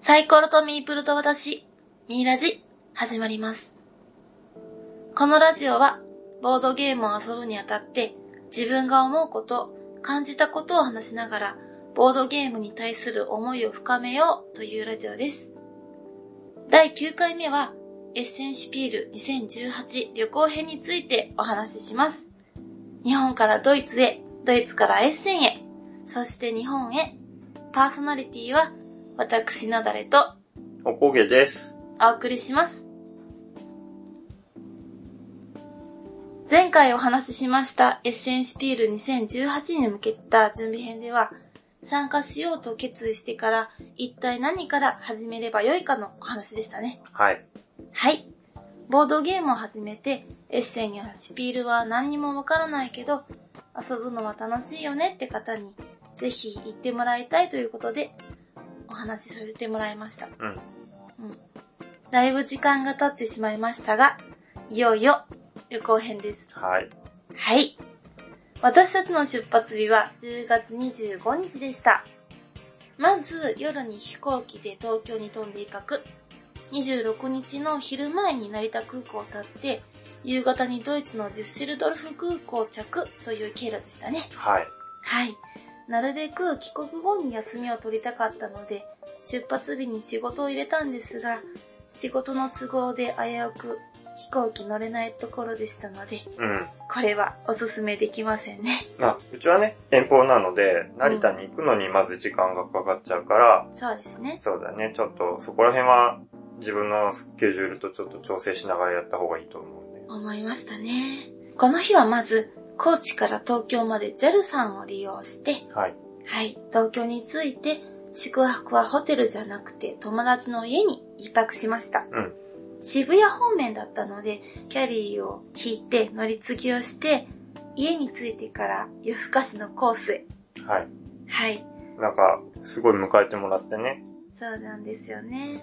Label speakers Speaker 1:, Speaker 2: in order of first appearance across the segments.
Speaker 1: サイコロとミープルと私、ミーラジ、始まります。このラジオは、ボードゲームを遊ぶにあたって、自分が思うこと、感じたことを話しながら、ボードゲームに対する思いを深めようというラジオです。第9回目は、エッセンシピール2018旅行編についてお話しします。日本からドイツへ、ドイツからエッセンへ、そして日本へ、パーソナリティは私なだれと
Speaker 2: おこげです。
Speaker 1: お送りします。前回お話ししましたエッセンシピール2018に向けた準備編では、参加しようと決意してから一体何から始めればよいかのお話でしたね。
Speaker 2: はい。
Speaker 1: はい。ボードゲームを始めて、エッセンやシピールは何にもわからないけど、遊ぶのは楽しいよねって方に、ぜひ行ってもらいたいということで、お話しさせてもらいました。
Speaker 2: うん。
Speaker 1: うん。だいぶ時間が経ってしまいましたが、いよいよ旅行編です。
Speaker 2: はい。
Speaker 1: はい。私たちの出発日は10月25日でした。まず夜に飛行機で東京に飛んで一泊。26日の昼前に成田空港を立って、夕方にドイツのジュッセルドルフ空港着という経路でしたね。
Speaker 2: はい。
Speaker 1: はい。なるべく帰国後に休みを取りたかったので、出発日に仕事を入れたんですが、仕事の都合で危うく飛行機乗れないところでしたので、
Speaker 2: うん。
Speaker 1: これはおすすめできませんね。
Speaker 2: まあ、うちはね、遠方なので、成田に行くのにまず時間がかかっちゃうから、
Speaker 1: そうですね。
Speaker 2: そうだね、ちょっと、そこら辺は、自分のスケジュールとちょっと調整しながらやった方がいいと思うんで。
Speaker 1: 思いましたね。この日はまず、高知から東京まで JAL さんを利用して、
Speaker 2: はい。
Speaker 1: はい、東京に着いて、宿泊はホテルじゃなくて友達の家に一泊しました。
Speaker 2: うん。
Speaker 1: 渋谷方面だったので、キャリーを引いて乗り継ぎをして、家に着いてから夜更かしのコースへ。
Speaker 2: はい。
Speaker 1: はい。
Speaker 2: なんか、すごい迎えてもらってね。
Speaker 1: そうなんですよね。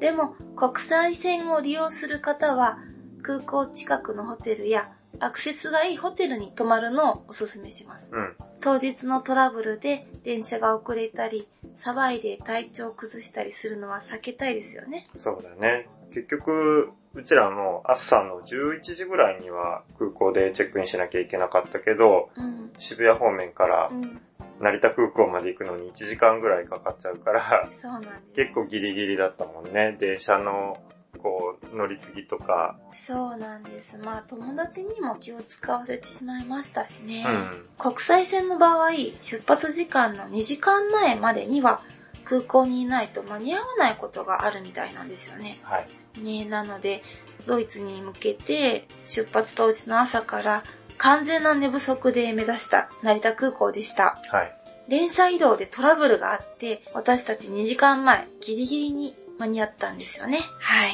Speaker 1: でも、国際線を利用する方は、空港近くのホテルや、アクセスがいいホテルに泊まるのをおすすめします。
Speaker 2: うん。
Speaker 1: 当日のトラブルで電車が遅れたり、騒いで体調を崩したりするのは避けたいですよね。
Speaker 2: そうだね。結局、うちらも朝の11時ぐらいには空港でチェックインしなきゃいけなかったけど、
Speaker 1: うん。
Speaker 2: 渋谷方面から
Speaker 1: うん。
Speaker 2: 成田空港まで行くのに1時間ぐらいかかっちゃうから、
Speaker 1: そうなんです。
Speaker 2: 結構ギリギリだったもんね。電車の、こう、乗り継ぎとか。
Speaker 1: そうなんです。まあ友達にも気を使わせてしまいましたしね。
Speaker 2: うん。
Speaker 1: 国際線の場合、出発時間の2時間前までには空港にいないと間に合わないことがあるみたいなんですよね。
Speaker 2: はい。
Speaker 1: ねなので、ドイツに向けて出発当日の朝から完全な寝不足で目指した成田空港でした。
Speaker 2: はい。
Speaker 1: 電車移動でトラブルがあって、私たち2時間前、ギリギリに間に合ったんですよね。はい。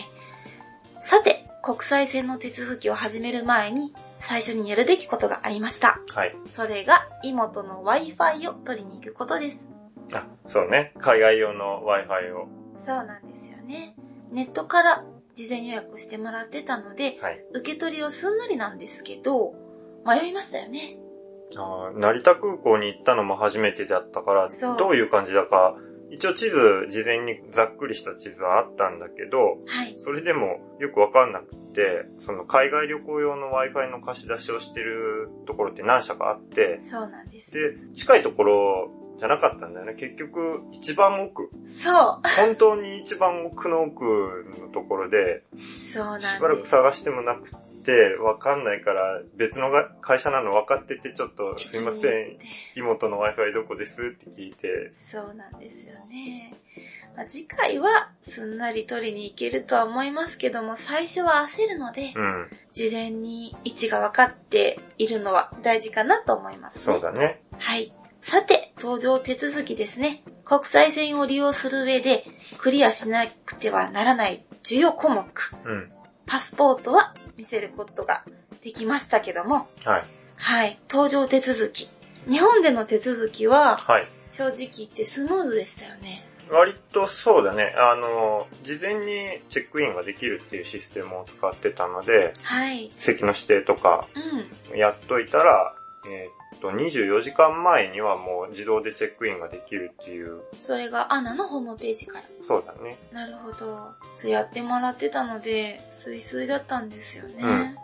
Speaker 1: さて、国際線の手続きを始める前に、最初にやるべきことがありました。
Speaker 2: はい。
Speaker 1: それが、妹の Wi-Fi を取りに行くことです。
Speaker 2: あ、そうね。海外用の Wi-Fi を。
Speaker 1: そうなんですよね。ネットから事前予約してもらってたので、
Speaker 2: はい。
Speaker 1: 受け取りをすんなりなんですけど、迷いましたよね。
Speaker 2: あー成田空港に行ったのも初めてだったから、
Speaker 1: そう
Speaker 2: どういう感じだか、一応地図、事前にざっくりした地図はあったんだけど、
Speaker 1: はい。
Speaker 2: それでもよくわかんなくて、その海外旅行用の Wi-Fi の貸し出しをしてるところって何社かあって、
Speaker 1: そうなんです。
Speaker 2: で、近いところじゃなかったんだよね。結局、一番奥。
Speaker 1: そ
Speaker 2: 本当に一番奥の奥のところで、
Speaker 1: う。そうなんです。
Speaker 2: しばらく探してもなくて、わかんないから、別のが会社なの分かってて、ちょっと、すいません、妹の Wi-Fi どこですって聞いて、
Speaker 1: そうなんですよね。まあ、次回はすんなり取りに行けるとは思いますけども、最初は焦るので
Speaker 2: う、ん、
Speaker 1: 事前に位置が分かっているのは大事かなと思います、ね。
Speaker 2: そうだね。
Speaker 1: はい。さて、搭乗手続きですね。国際線を利用する上で、クリアしなくてはならない重要項目。
Speaker 2: うん、
Speaker 1: パスポートは見せることができましたけども、
Speaker 2: はい。
Speaker 1: はい。搭乗手続き。日本での手続きは、
Speaker 2: はい。
Speaker 1: 正直言ってスムーズでしたよね。
Speaker 2: 割とそうだね、あの、事前にチェックインができるっていうシステムを使ってたので、
Speaker 1: はい。
Speaker 2: 席の指定とか
Speaker 1: うん。
Speaker 2: やっといたら、えーっと24時間前にはもう自動でチェックインができるっていう、
Speaker 1: それがアナのホームページから。
Speaker 2: そうだね。
Speaker 1: なるほど。そうやってもらってたので、スイスイだったんですよね。
Speaker 2: うん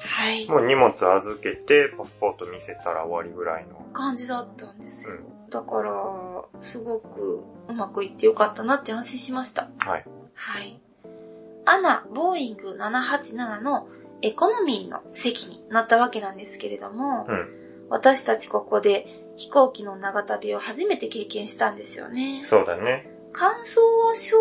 Speaker 1: はい。
Speaker 2: もう荷物預けて、パスポート見せたら終わりぐらいの。
Speaker 1: 感じだったんですよ。だから、すごくうまくいってよかったなって安心しました。
Speaker 2: はい。
Speaker 1: はい。アナ、ボーイング787のエコノミーの席になったわけなんですけれども、
Speaker 2: うん。
Speaker 1: 私たちここで飛行機の長旅を初めて経験したんですよね。
Speaker 2: そうだね。
Speaker 1: 感想は正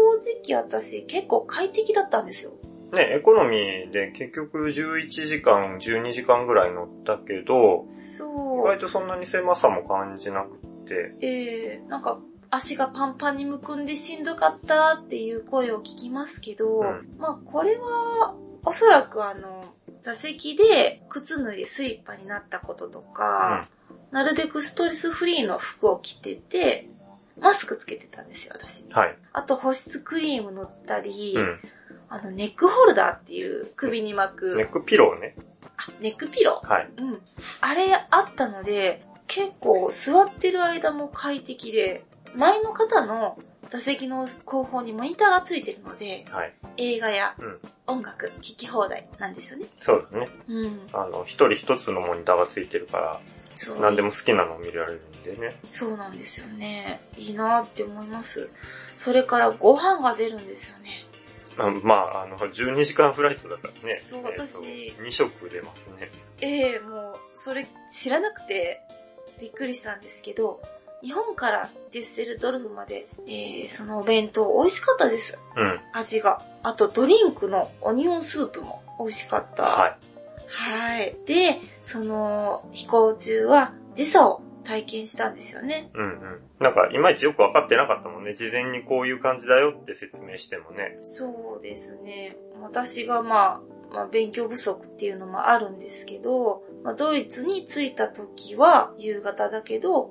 Speaker 1: 直私結構快適だったんですよ。
Speaker 2: ね、エコノミーで結局11時間、12時間ぐらい乗ったけど、意
Speaker 1: そ
Speaker 2: 外
Speaker 1: う。
Speaker 2: とそんなに狭さも感じなくて、
Speaker 1: えー、なんか足がパンパンにむくんでしんどかったっていう声を聞きますけど、
Speaker 2: うん
Speaker 1: まあこれはおそらくあの、座席で靴脱いでスリッパになったこととか、なるべくストレスフリーの服を着てて、マスクつけてたんですよ、私。
Speaker 2: はい。
Speaker 1: あと保湿クリーム塗ったり、
Speaker 2: うん。
Speaker 1: あの、ネックホルダーっていう首に巻く、
Speaker 2: ネックピローね。
Speaker 1: あネックピロ
Speaker 2: はい。
Speaker 1: ー。うん。あれあったので、結構座ってる間も快適で、前の方の座席の後方にモニターがついてるので、
Speaker 2: はい。
Speaker 1: 映画や
Speaker 2: うん
Speaker 1: 音楽聴き放題なんですよね。
Speaker 2: そうだね。
Speaker 1: うん。
Speaker 2: あの、一人一つのモニターがついてるから、
Speaker 1: そう。
Speaker 2: 何でも好きなのを見られるんでね。
Speaker 1: そうなんですよね。いいなって思います。それからご飯が出るんですよね。
Speaker 2: あまあ、あの、12時間フライトだからね。
Speaker 1: そう
Speaker 2: えーと
Speaker 1: 私
Speaker 2: 2食出ますね。
Speaker 1: ええもう、それ知らなくて、びっくりしたんですけど、日本からデュッセルドルフまで、えー、そのお弁当美味しかったです。
Speaker 2: うん。
Speaker 1: 味が。あとドリンクのオニオンスープも美味しかった。。
Speaker 2: はい
Speaker 1: はい。で、その飛行中は時差を体験したんですよね。
Speaker 2: うんうん。なんか、いまいちよくわかってなかったもんね。事前にこういう感じだよって説明してもね。
Speaker 1: そうですね。私がまあ、まあ、勉強不足っていうのもあるんですけど、まあ、ドイツに着いた時は夕方だけど、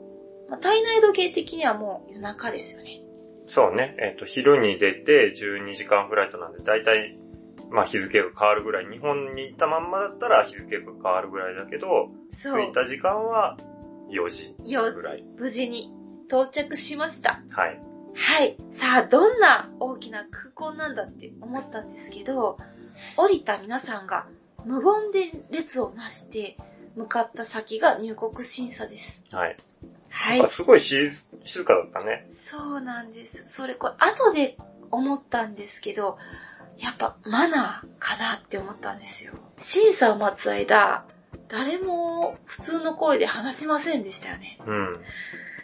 Speaker 1: まあ、体内時計的にはもう夜中ですよね。
Speaker 2: そうね。えっ、と、昼に出て12時間フライトなんで、だいたい、まあ日付が変わるぐらい。日本に行ったまんまだったら日付が変わるぐらいだけど、
Speaker 1: そ。
Speaker 2: 着いうた時間は4時。
Speaker 1: 4
Speaker 2: ぐらい
Speaker 1: 時、無事に到着しました。
Speaker 2: はい。
Speaker 1: はい。さあ、どんな大きな空港なんだって思ったんですけど、降りた皆さんが無言で列をなして、向かった先が入国審査です。
Speaker 2: はい。
Speaker 1: はい
Speaker 2: なんか。すごい静静かだったね。
Speaker 1: そうなんです。それこれ後で思ったんですけど、やっぱマナーかなって思ったんですよ。審査を待つ間、誰も普通の声で話しませんでしたよね。
Speaker 2: うん。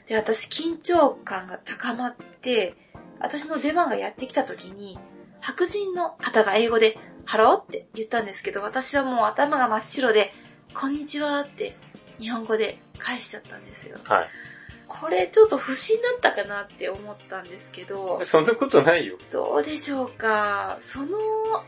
Speaker 1: で、私緊張感が高まって、私の出番がやってきた時に、白人の方が英語で、ハローって言ったんですけど、私はもう頭が真っ白で、こんにちはって日本語で返しちゃったんですよ。
Speaker 2: はい。
Speaker 1: これちょっと不審だったかなって思ったんですけど、
Speaker 2: そんなことないよ。
Speaker 1: どうでしょうか。その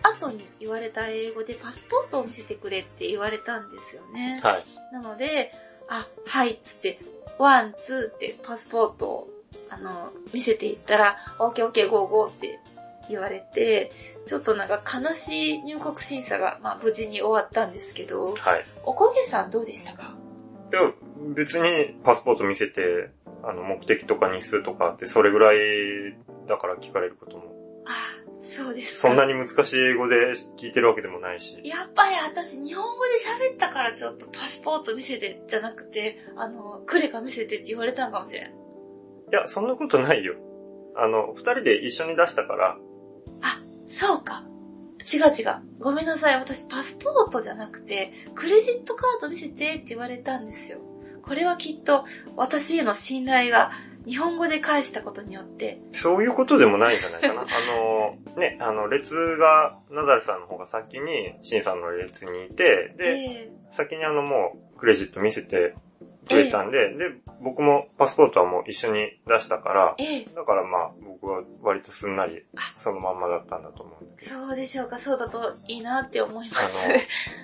Speaker 1: 後に言われた英語でパスポートを見せてくれって言われたんですよね。
Speaker 2: はい。
Speaker 1: なので、あ、はいっつって、ワン、ツーってパスポートを、あの、見せていったら、オッケーオッケーゴーゴーって言われて、ちょっとなんか悲しい入国審査が、まあ無事に終わったんですけど、
Speaker 2: はい。
Speaker 1: おこげさんどうでしたか
Speaker 2: いや、別にパスポート見せて、あの、目的とか日数とかって、それぐらいだから聞かれることも
Speaker 1: あ、そうですか。
Speaker 2: そんなに難しい英語で聞いてるわけでもないし。
Speaker 1: やっぱり私日本語で喋ったからちょっとパスポート見せてじゃなくて、あの、クレカ見せてって言われたのかもしれない。
Speaker 2: いや、そんなことないよ。あの、二人で一緒に出したから、
Speaker 1: そうか。違う違う。ごめんなさい。私パスポートじゃなくて、クレジットカード見せてって言われたんですよ。これはきっと私への信頼が日本語で返したことによって、
Speaker 2: そういうことでもないんじゃない かな。あの、ね、あの、列が、ナダルさんの方が先に、シンさんの列にいて、で、
Speaker 1: え
Speaker 2: 先にあの、もう、クレジット見せてくれたんで、で、僕もパスポートはもう一緒に出したから
Speaker 1: え、ええ、
Speaker 2: だからまあ、僕は割とすんなり、そのまんまだったんだと思うん です。
Speaker 1: そうでしょうか。そうだといいなって思いま
Speaker 2: あ
Speaker 1: す
Speaker 2: の。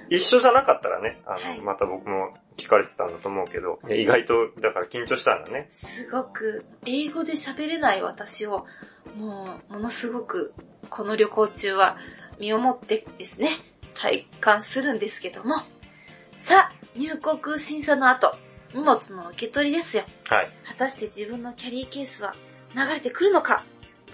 Speaker 2: 一緒じゃなかったらね、あの、
Speaker 1: はい
Speaker 2: また僕も聞かれてたんだと思うけど、意外と、だから緊張したんだね。
Speaker 1: すごく、英語で喋れない私を、もう、ものすごく、この旅行中は、身をもってですね、体感するんですけども。さあ、入国審査の後、荷物の受け取りですよ。
Speaker 2: はい。
Speaker 1: 果たして自分のキャリーケースは流れてくるのか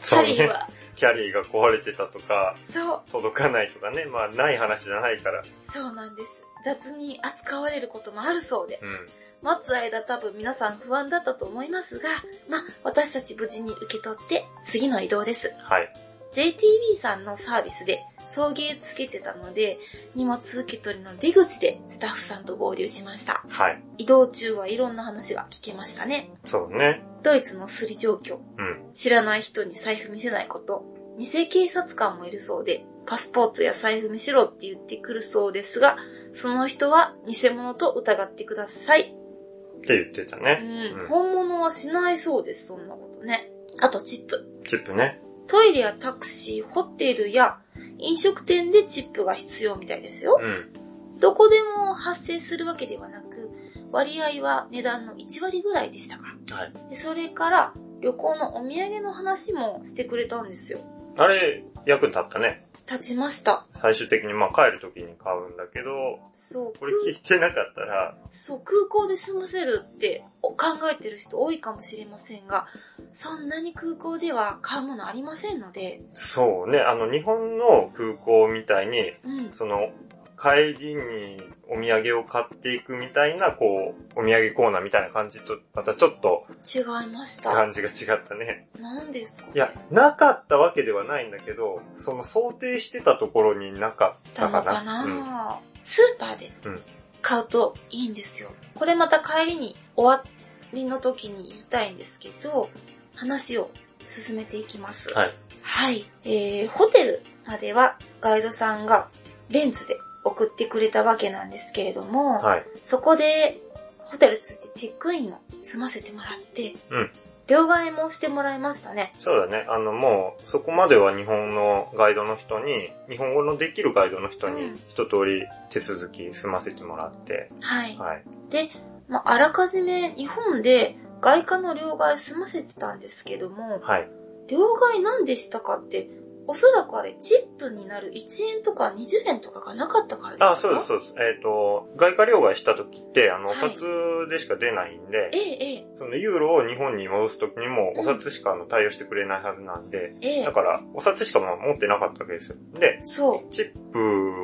Speaker 1: キ
Speaker 2: そ
Speaker 1: ャ
Speaker 2: うね
Speaker 1: リーは、
Speaker 2: キャリーが壊れてたとか、
Speaker 1: そう、
Speaker 2: 届かないとかね、まあない話じゃないから。
Speaker 1: そうなんです。雑に扱われることもあるそうで、
Speaker 2: うん。
Speaker 1: 待つ間多分皆さん不安だったと思いますが、まあ、私たち無事に受け取って、次の移動です。
Speaker 2: はい。
Speaker 1: JTB さんのサービスで送迎つけてたので、荷物受け取りの出口でスタッフさんと合流しました。
Speaker 2: はい。
Speaker 1: 移動中はいろんな話が聞けましたね。
Speaker 2: そうね。
Speaker 1: ドイツのすり状況、
Speaker 2: うん。
Speaker 1: 知らない人に財布見せないこと、偽警察官もいるそうで、パスポートや財布見せろって言ってくるそうですが、その人は偽物と疑ってください。
Speaker 2: って言ってた
Speaker 1: う
Speaker 2: ね。
Speaker 1: ん、
Speaker 2: うん
Speaker 1: 本物はしないそうです、そんなことね。あとチップ。
Speaker 2: チップね。
Speaker 1: トイレやタクシー、ホテルや飲食店でチップが必要みたいですよ。
Speaker 2: うん。
Speaker 1: どこでも発生するわけではなく、割合は値段の1割ぐらいでしたか。
Speaker 2: はい。
Speaker 1: でそれから旅行のお土産の話もしてくれたんですよ。
Speaker 2: あれ、役に立ったね。
Speaker 1: 立ちました。
Speaker 2: 最終的にまあ帰る時に買うんだけど、
Speaker 1: そう、
Speaker 2: これ聞いてなかったら、
Speaker 1: そう空港で済ませるって考えてる人多いかもしれませんが、そんなに空港では買うものありませんので、
Speaker 2: そうね、あの日本の空港みたいに、
Speaker 1: うん、
Speaker 2: その、帰りにお土産を買っていくみたいな、こう、お土産コーナーみたいな感じと、またちょっと
Speaker 1: 違いました。
Speaker 2: 感じが違ったね。
Speaker 1: 何ですか
Speaker 2: いや、なかったわけではないんだけど、その想定してたところになかっ
Speaker 1: った
Speaker 2: た
Speaker 1: の
Speaker 2: かな。
Speaker 1: かな、スーパーで
Speaker 2: うん
Speaker 1: 買うといいんですよ。これまた帰りに終わりの時に言いたいんですけど、話を進めていきます。
Speaker 2: うん、はい。
Speaker 1: はい。えー、ホテルまではガイドさんがレンズで送ってくれたわけなんですけれども、
Speaker 2: はい。
Speaker 1: そこでホテルついてチェックインを済ませてもらって、
Speaker 2: うん
Speaker 1: 両替もしてもらいましたね。
Speaker 2: そうだね。あの、もう、そこまでは日本のガイドの人に、日本語のできるガイドの人
Speaker 1: うん
Speaker 2: に、一通り手続き済ませてもらって、
Speaker 1: はい。
Speaker 2: はい。
Speaker 1: で、まあ、あらかじめ日本で外貨の両替済ませてたんですけども、
Speaker 2: はい。
Speaker 1: 両替何でしたかって、おそらくあれチップになる1円とか20円とかがなかったからですか
Speaker 2: あ、そうです、そうです。えっ、と、外貨両替した時って、あの、お札でしか出ないんで、
Speaker 1: ええ、え
Speaker 2: そのユーロを日本に戻す時にも、
Speaker 1: うん
Speaker 2: お札しかあの対応してくれないはずなんで、
Speaker 1: え、ええ
Speaker 2: だ。から、お札しかまあ持ってなかったわけですよ。で、
Speaker 1: そう。
Speaker 2: チップ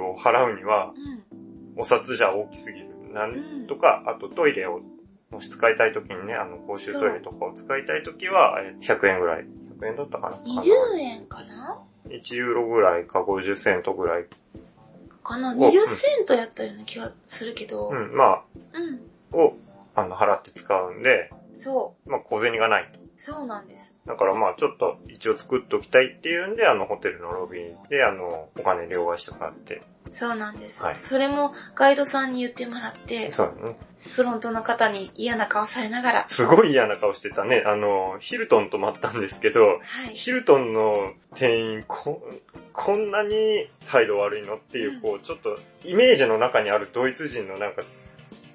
Speaker 2: を払うには
Speaker 1: う、ん。
Speaker 2: お札じゃ大きすぎる。な
Speaker 1: うんん
Speaker 2: とか、あとトイレを、もし使いたい時にね、あの、公衆トイレとかを使いたい時は、えー100円ぐらい。100円だったかな
Speaker 1: 20円かな
Speaker 2: あの ?1 ユーロぐらいか50セントぐらい。
Speaker 1: かな
Speaker 2: お
Speaker 1: ?20 セントやったような気がするけど。
Speaker 2: う
Speaker 1: うん。
Speaker 2: ん、まあ、を、あの、払って使うんで、
Speaker 1: そ
Speaker 2: まあ、小銭がないと。
Speaker 1: う。そうなんです。
Speaker 2: だからまあ、ちょっと、一応作っておきたいっていうんで、あの、ホテルのロビーで、あの、お金両替してもらって。
Speaker 1: そうなんです。
Speaker 2: はい
Speaker 1: それもガイドさんに言ってもらって、
Speaker 2: そうだね。
Speaker 1: フロントの方に嫌な顔されながら。
Speaker 2: すごい嫌な顔してたね。あの、ヒルトン泊まったんですけど、
Speaker 1: はい。
Speaker 2: ヒルトンの店員、こ、こんなに態度悪いのっていう、こう、ちょっと、イメージの中にあるドイツ人のなんか、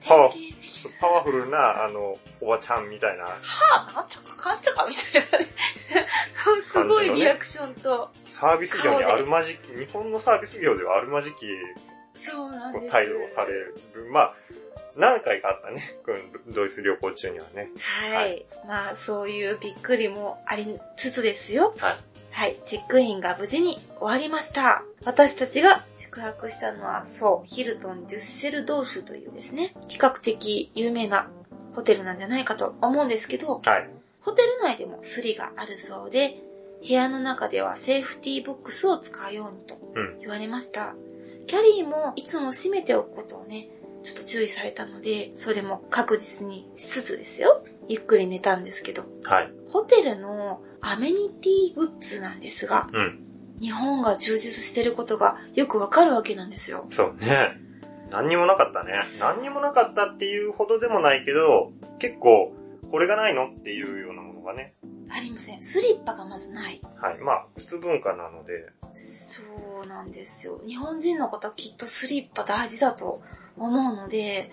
Speaker 2: パワー
Speaker 1: 典型的
Speaker 2: パワフルな、あの、おばちゃんみたいな、
Speaker 1: はぁ、なんちゃかかんちゃかみたいなね。 すごいリアクションと。
Speaker 2: サービス業にあるまじき、日本のサービス業ではあるまじき、
Speaker 1: そうなん
Speaker 2: こ
Speaker 1: で
Speaker 2: う
Speaker 1: す。
Speaker 2: 態度をされる。まあ、何回かあったね。 このドイツ旅行中にはね。
Speaker 1: は。
Speaker 2: はい
Speaker 1: まあ、そういうびっくりもありつつですよ。
Speaker 2: はい。
Speaker 1: はい。チェックインが無事に終わりました。私たちが宿泊したのは、そう、ヒルトン・デュッセルドーフというですね、比較的有名なホテルなんじゃないかと思うんですけど、
Speaker 2: はい。
Speaker 1: ホテル内でもスリがあるそうで、部屋の中ではセーフティーボックスを使うようにと
Speaker 2: うん
Speaker 1: 言われました。キャリーもいつも閉めておくことをね、ちょっと注意されたので、それも確実にしつつですよ。ゆっくり寝たんですけど。
Speaker 2: はい。
Speaker 1: ホテルのアメニティグッズなんですが、
Speaker 2: うん。
Speaker 1: 日本が充実してることがよくわかるわけなんですよ。
Speaker 2: そうね。何にもなかったね。何にもなかったっていうほどでもないけど、結構、これがないのっていうようなものがね。
Speaker 1: ありません。スリッパがまずない。
Speaker 2: はい。まあ、靴文化なので、
Speaker 1: そうなんですよ。日本人の方きっとスリッパ大事だと思うので、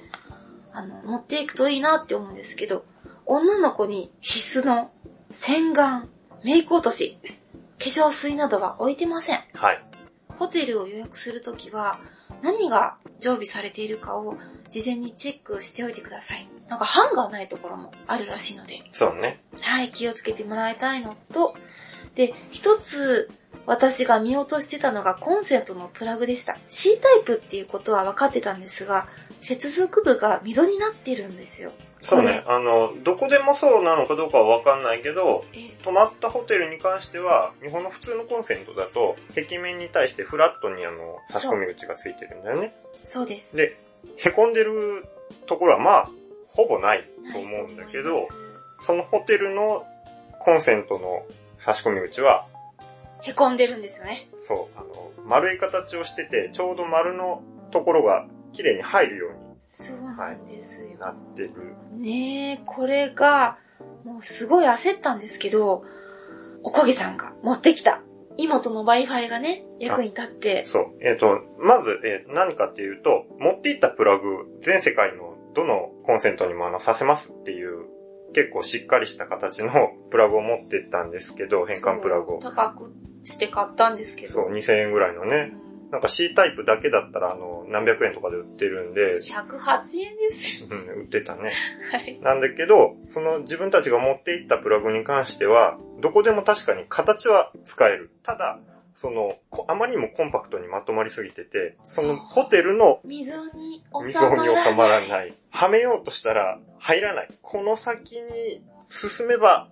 Speaker 1: あの、持っていくといいなって思うんですけど、女の子に必須の洗顔、メイク落とし、化粧水などは置いてません。
Speaker 2: はい。
Speaker 1: ホテルを予約するときは、何が常備されているかを事前にチェックしておいてください。なんかハンガーないところもあるらしいので、
Speaker 2: そうね。
Speaker 1: はい、気をつけてもらいたいのと、で、一つ私が見落としてたのがコンセントのプラグでした。C タイプっていうことは分かってたんですが、接続部が溝になってるんですよ。
Speaker 2: そうね
Speaker 1: こ。
Speaker 2: あの、どこでもそうなのかどうかはわかんないけど、
Speaker 1: れ。え、
Speaker 2: 泊まったホテルに関しては、日本の普通のコンセントだと、壁面に対してフラットにあの、差し込み口がついてるんだよね。
Speaker 1: そうです。
Speaker 2: で、凹んでるところはまあ、ほぼないと思うんだけ
Speaker 1: ない
Speaker 2: ど
Speaker 1: と、思いま
Speaker 2: そのホテルのコンセントの差し込み口は、
Speaker 1: す。へこんでるんですよね。
Speaker 2: そう、あの、丸い形をしてて、ちょうど丸のところが綺麗に入るよう
Speaker 1: そうなんですよ。
Speaker 2: になってる。
Speaker 1: ねえ、これが、もうすごい焦ったんですけど、おこげさんが持ってきた。妹の Wi-Fi がね、役に立って、
Speaker 2: そう。えっ、と、まず、えー何かっていうと、持っていったプラグ、全世界のどのコンセントにもあの、させますっていう、結構しっかりした形のプラグを持ってったんですけど、変換プラグを。
Speaker 1: そう高くして買ったんですけ
Speaker 2: そ
Speaker 1: ど、
Speaker 2: う、2000円ぐらいのね。なんか C タイプだけだったら、あの、何百円とかで売ってるんで、
Speaker 1: 108円ですよ。
Speaker 2: うん、売ってたね。
Speaker 1: はい。
Speaker 2: なんだけど、その自分たちが持っていったプラグに関しては、どこでも確かに形は使える。ただ、その、こあまりにもコンパクトにまとまりすぎてて、そのホテルの
Speaker 1: 溝に収
Speaker 2: 溝
Speaker 1: まら
Speaker 2: に収まらない。はめようとしたら入らない。この先に進めば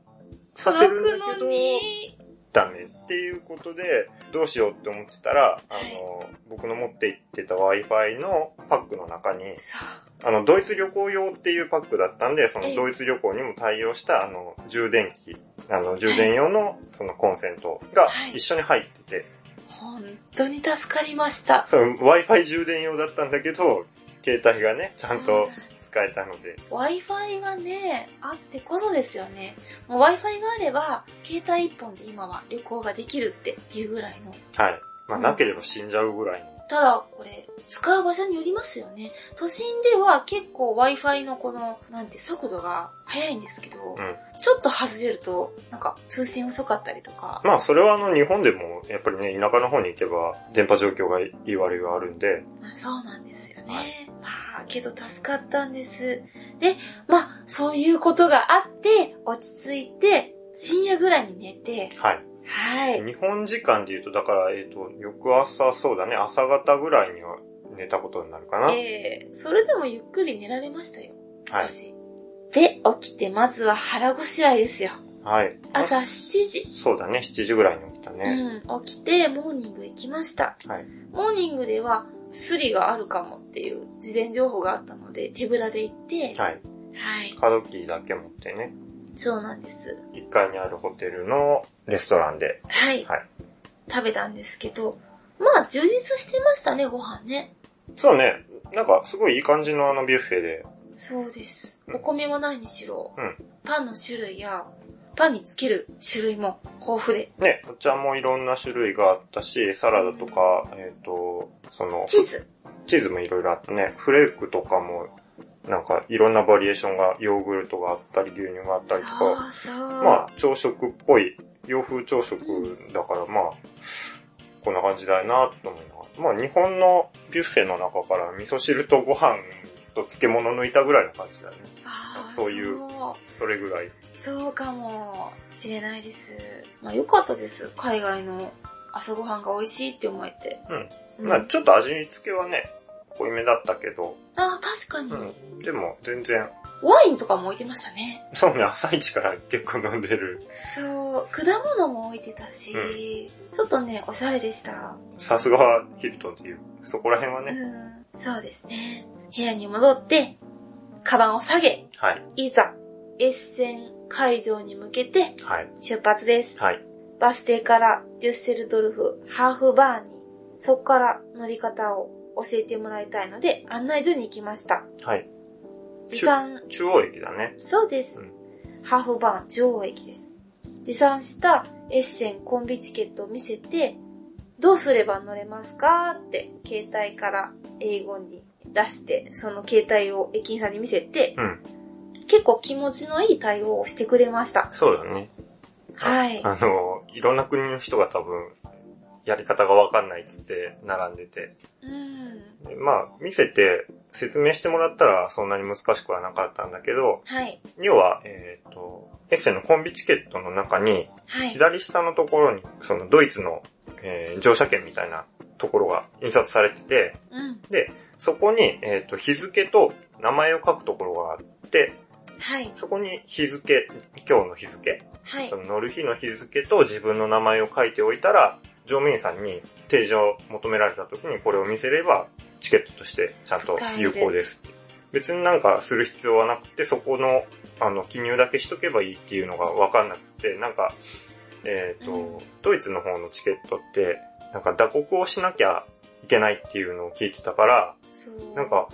Speaker 2: させ
Speaker 1: 届
Speaker 2: るん
Speaker 1: く
Speaker 2: だけど
Speaker 1: の、に、
Speaker 2: ダメっていうことで、どうしようって思ってたら、あの、僕の持って行ってた Wi-Fi のパックの中に、
Speaker 1: そう。
Speaker 2: あの、ドイツ旅行用っていうパックだったんで、そ
Speaker 1: え
Speaker 2: の
Speaker 1: え
Speaker 2: ドイツ旅行にも対応した、あの、充電器、あの、充電用の、そのコンセントが
Speaker 1: はい
Speaker 2: 一緒に入ってて、
Speaker 1: 本当に助かりました。
Speaker 2: その Wi-Fi 充電用だったんだけど、携帯がね、ちゃんと使えたので、
Speaker 1: Wi-Fi がね、あってこそですよね。もう Wi-Fi があれば、携帯一本で今は旅行ができるっていうぐらいの。
Speaker 2: はい。まあ、
Speaker 1: うん
Speaker 2: なければ死んじゃうぐらいの。
Speaker 1: ただ、これ、使う場所によりますよね。都心では結構 Wi-Fi のこの、なんて速度が速いんですけど、
Speaker 2: うん。
Speaker 1: ちょっと外れると、なんか通信遅かったりとか、
Speaker 2: まあ、それはあの、日本でも、やっぱりね、田舎の方に行けば、電波状況がいい悪いはあるんで、
Speaker 1: まあそうなんですよね
Speaker 2: は。
Speaker 1: まあ、けど助かったんです。で、まあ、そういうことがあって、落ち着いて、深夜ぐらいに寝て、
Speaker 2: はい。
Speaker 1: はい。
Speaker 2: 日本時間で言うと、だから、えっ、と、翌朝、そうだね、朝方ぐらいには寝たことになるかな。
Speaker 1: ええそれでもゆっくり寝られましたよ、
Speaker 2: はい。
Speaker 1: 私。で、起きてまずは腹ごしらえですよ。
Speaker 2: はい。
Speaker 1: 朝7時。
Speaker 2: そうだね、7時ぐらいに起きたね。
Speaker 1: うん、起きてモーニング行きました。
Speaker 2: はい。
Speaker 1: モーニングでは、スリがあるかもっていう事前情報があったので、手ぶらで行って、
Speaker 2: はい。
Speaker 1: はい。
Speaker 2: カードキーだけ持ってね、
Speaker 1: そうなんです。
Speaker 2: 1階にあるホテルのレストランで、
Speaker 1: はい。
Speaker 2: はい。
Speaker 1: 食べたんですけど、まあ、充実してましたね、ご飯ね。
Speaker 2: そうね、なんかすごいいい感じのあのビュッフェで、
Speaker 1: そうです。
Speaker 2: うん
Speaker 1: お米もないにしろ、
Speaker 2: うん
Speaker 1: パンの種類や、パンにつける種類も豊富で、
Speaker 2: ね、お茶もいろんな種類があったし、サラダとか、えっ、と、その、
Speaker 1: チーズ。
Speaker 2: チーズもいろいろあったね、フレークとかも、なんかいろんなバリエーションが、ヨーグルトがあったり、牛乳があったりとか、
Speaker 1: そうそう。
Speaker 2: まあ、朝食っぽい、洋風朝食だから、まあ、こんな感じだよなと思いながら。まあ、日本のビュッフェの中から味噌汁とご飯と漬物抜いたぐらいの感じだね。
Speaker 1: あー
Speaker 2: そういう
Speaker 1: そう。
Speaker 2: それぐらい。
Speaker 1: そうかもしれないです。まあ良かったです。海外の朝ごはんが美味しいって思えて。
Speaker 2: うん。
Speaker 1: うん
Speaker 2: まあ、
Speaker 1: あ、
Speaker 2: ちょっと味付けはね、濃いめだったけど、
Speaker 1: 確かに、
Speaker 2: うん。でも、全然、
Speaker 1: ワインとかも置いてましたね。
Speaker 2: そうね、朝一から結構飲んでる。
Speaker 1: そう、果物も置いてたし、
Speaker 2: うん
Speaker 1: ちょっとね、おしゃれでした。
Speaker 2: さすがはヒルトンっていう、そこら辺は
Speaker 1: う
Speaker 2: ね。
Speaker 1: ん、そうですね。部屋に戻って、カバンを下げ、
Speaker 2: はい、
Speaker 1: いざ、エッセン会場に向けて
Speaker 2: はい、
Speaker 1: 出発です。
Speaker 2: はい。
Speaker 1: バス停からデュッセルドルフハーフバーに、そこから乗り方を教えてもらいたいので、案内所に行きました。
Speaker 2: はい。
Speaker 1: 持参、
Speaker 2: 中央駅だね。
Speaker 1: そうです。
Speaker 2: うん
Speaker 1: ハーフバーン中央駅です。持参したエッセンコンビチケットを見せて、どうすれば乗れますかって、携帯から英語に出して、その携帯を駅員さんに見せて、
Speaker 2: うん。
Speaker 1: 結構気持ちのいい対応をしてくれました。
Speaker 2: そうだね。
Speaker 1: はい。
Speaker 2: あの、いろんな国の人が多分、やり方がわかんないっつって並んでて。
Speaker 1: うん。
Speaker 2: でまあ、見せて説明してもらったらそんなに難しくはなかったんだけど、
Speaker 1: はい。
Speaker 2: 要は、えっ、と、エッセンのコンビチケットの中に、
Speaker 1: はい。
Speaker 2: 左下のところに、そのドイツの、えー乗車券みたいなところが印刷されてて、
Speaker 1: うん。
Speaker 2: で、そこに、えっ、と、日付と名前を書くところがあって、
Speaker 1: はい。
Speaker 2: そこに日付、今日の日付、
Speaker 1: はい
Speaker 2: そ。の乗る日の日付と自分の名前を書いておいたら、乗務員さんに提示を求められた時にこれを見せれば、チケットとしてちゃんと有効です。別になんかする必要はなくて、そこの、あの、記入だけしとけばいいっていうのがわかんなくて、なんか、えっ、と、
Speaker 1: うん
Speaker 2: ドイツの方のチケットって、なんか打刻をしなきゃいけないっていうのを聞いてたから、
Speaker 1: そう。
Speaker 2: なんか、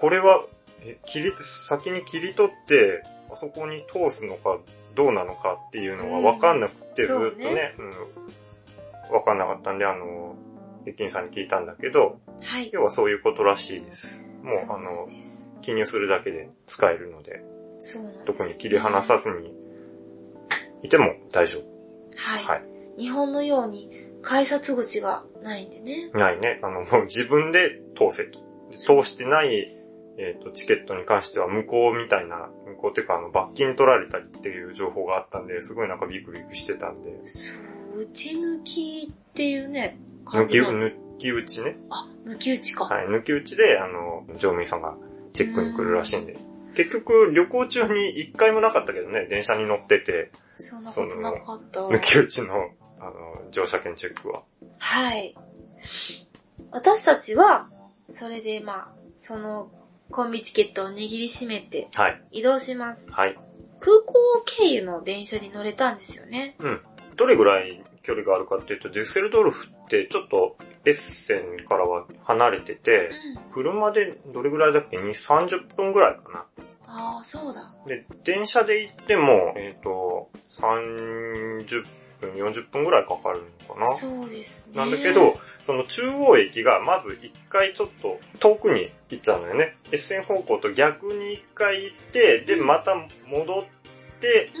Speaker 2: これは、え、切り、先に切り取って、あそこに通すのか、どうなのかっていうのがわかんなくて、
Speaker 1: うん
Speaker 2: ずーっと
Speaker 1: そう
Speaker 2: ね、うん。わかんなかったんで、あの、駅員さんに聞いたんだけど、
Speaker 1: はい。
Speaker 2: 要はそういうことらしいです。も、
Speaker 1: そう
Speaker 2: あ
Speaker 1: うなん
Speaker 2: の、
Speaker 1: です
Speaker 2: 記入するだけで使えるので、
Speaker 1: そうなんです。
Speaker 2: 特に切り離さずにいても大丈夫。
Speaker 1: はい。
Speaker 2: はい
Speaker 1: 日本のように改札口がないんでね。
Speaker 2: ないね。あの、もう自分で通せと。で通してないえっ、と、チケットに関しては無効みたいな、無効っていうか、あの、罰金取られたりっていう情報があったんで、すごいなんかビクビクしてたんで、
Speaker 1: そう、打ち抜きっていうね、
Speaker 2: 抜
Speaker 1: 感
Speaker 2: き、
Speaker 1: じの。
Speaker 2: 抜き打ちね。
Speaker 1: あ、抜き打ちか。
Speaker 2: はい、抜き打ちで、あの、乗務員さんがチェックに来るらしいんで。結局、旅行中に一回もなかったけどね、電車に乗ってて、
Speaker 1: そんなことなかった。
Speaker 2: 抜き打ちの、あの、乗車券チェックは。
Speaker 1: はい。私たちは、それでまあ、そのコンビチケットを握りしめて
Speaker 2: はい、
Speaker 1: 移動します。
Speaker 2: はい。
Speaker 1: 空港経由の電車に乗れたんですよね。
Speaker 2: どれぐらい距離があるかっていうと、デュッセルドルフってちょっとエッセンからは離れてて
Speaker 1: う、ん。
Speaker 2: 車でどれぐらいだっけ ?2、30分ぐらいかな。
Speaker 1: ああ、そうだ。
Speaker 2: で、電車で行っても、えっ、と、30分、40分ぐらいかかるのかな。
Speaker 1: そうですね。
Speaker 2: なんだけど、、その中央駅がまず一回ちょっと遠くに行ったのよね。S 線方向と逆に一回行って、で、また戻って、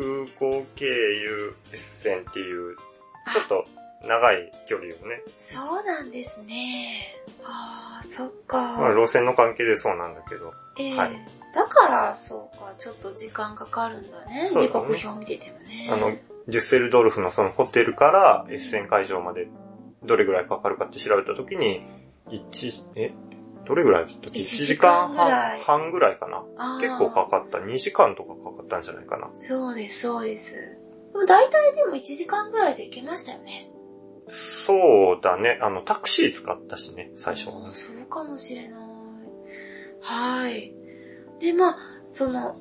Speaker 1: うん。
Speaker 2: 空港経由 S 線っていう、
Speaker 1: あ
Speaker 2: ちょっと長い距離をね。
Speaker 1: そうなんですね。ああ、そっ
Speaker 2: まあ、
Speaker 1: か。
Speaker 2: 路線の関係でそうなんだけど。
Speaker 1: ええ
Speaker 2: はい
Speaker 1: だから、そうか、ちょっと時間かかるんだね。
Speaker 2: そうだね
Speaker 1: 時刻表見ててもね。
Speaker 2: あの、デュッセルドルフのそのホテルからエッセン会場までどれぐらいかかるかって調べたときに、一、え、どれぐらいだったっけ
Speaker 1: 一
Speaker 2: 一
Speaker 1: 時
Speaker 2: 時
Speaker 1: 間
Speaker 2: 間
Speaker 1: ぐらい
Speaker 2: 半半ぐらいかな。
Speaker 1: あー
Speaker 2: 結構かかった。2時間とかかかったんじゃないかな。
Speaker 1: そうです、そうです。でも大体でも1時間ぐらいで行けましたよね。
Speaker 2: そうだね。あの、タクシー使ったしね、最初は。
Speaker 1: そうかもしれない。はい。で、まあ、その、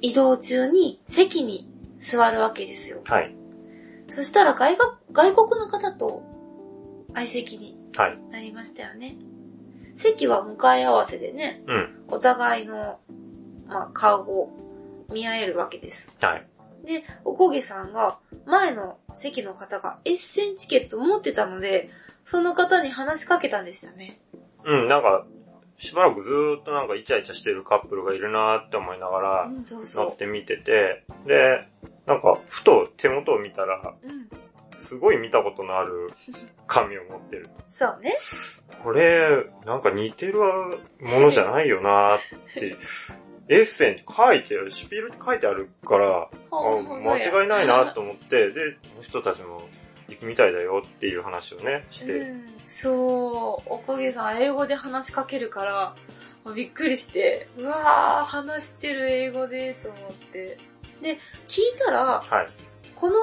Speaker 1: 移動中に席に座るわけですよ。
Speaker 2: はい。
Speaker 1: そしたら外国外国の方と相席に
Speaker 2: はい。
Speaker 1: なりましたよね。席は向かい合わせでね、
Speaker 2: うん。
Speaker 1: お互いの、まあ、顔を見合えるわけです。
Speaker 2: はい。
Speaker 1: で、おこげさんが、前の席の方がエッセンチケットを持ってたので、その方に話しかけたんですよね。
Speaker 2: うん、なんか、しばらくずーっとなんかイチャイチャしてるカップルがいるなーって思いながら
Speaker 1: うん、そう
Speaker 2: 乗っ
Speaker 1: そ
Speaker 2: て見てて、で、なんか、ふと手元を見たら、
Speaker 1: う。うん。
Speaker 2: すごい見たことのある紙を持ってる。
Speaker 1: そうね。
Speaker 2: これ、なんか似てるものじゃないよなーって。エッセンって書いてある、シピールって書いてあるから、あ
Speaker 1: ほうほう
Speaker 2: 間違いないなと思って、で、この人たちも行くみたいだよっていう話をね、し
Speaker 1: う
Speaker 2: て。
Speaker 1: ん。そう、おこげさん英語で話しかけるから、もうびっくりして、うわー、話してる英語で、と思って。で、聞いたら、
Speaker 2: はい。
Speaker 1: この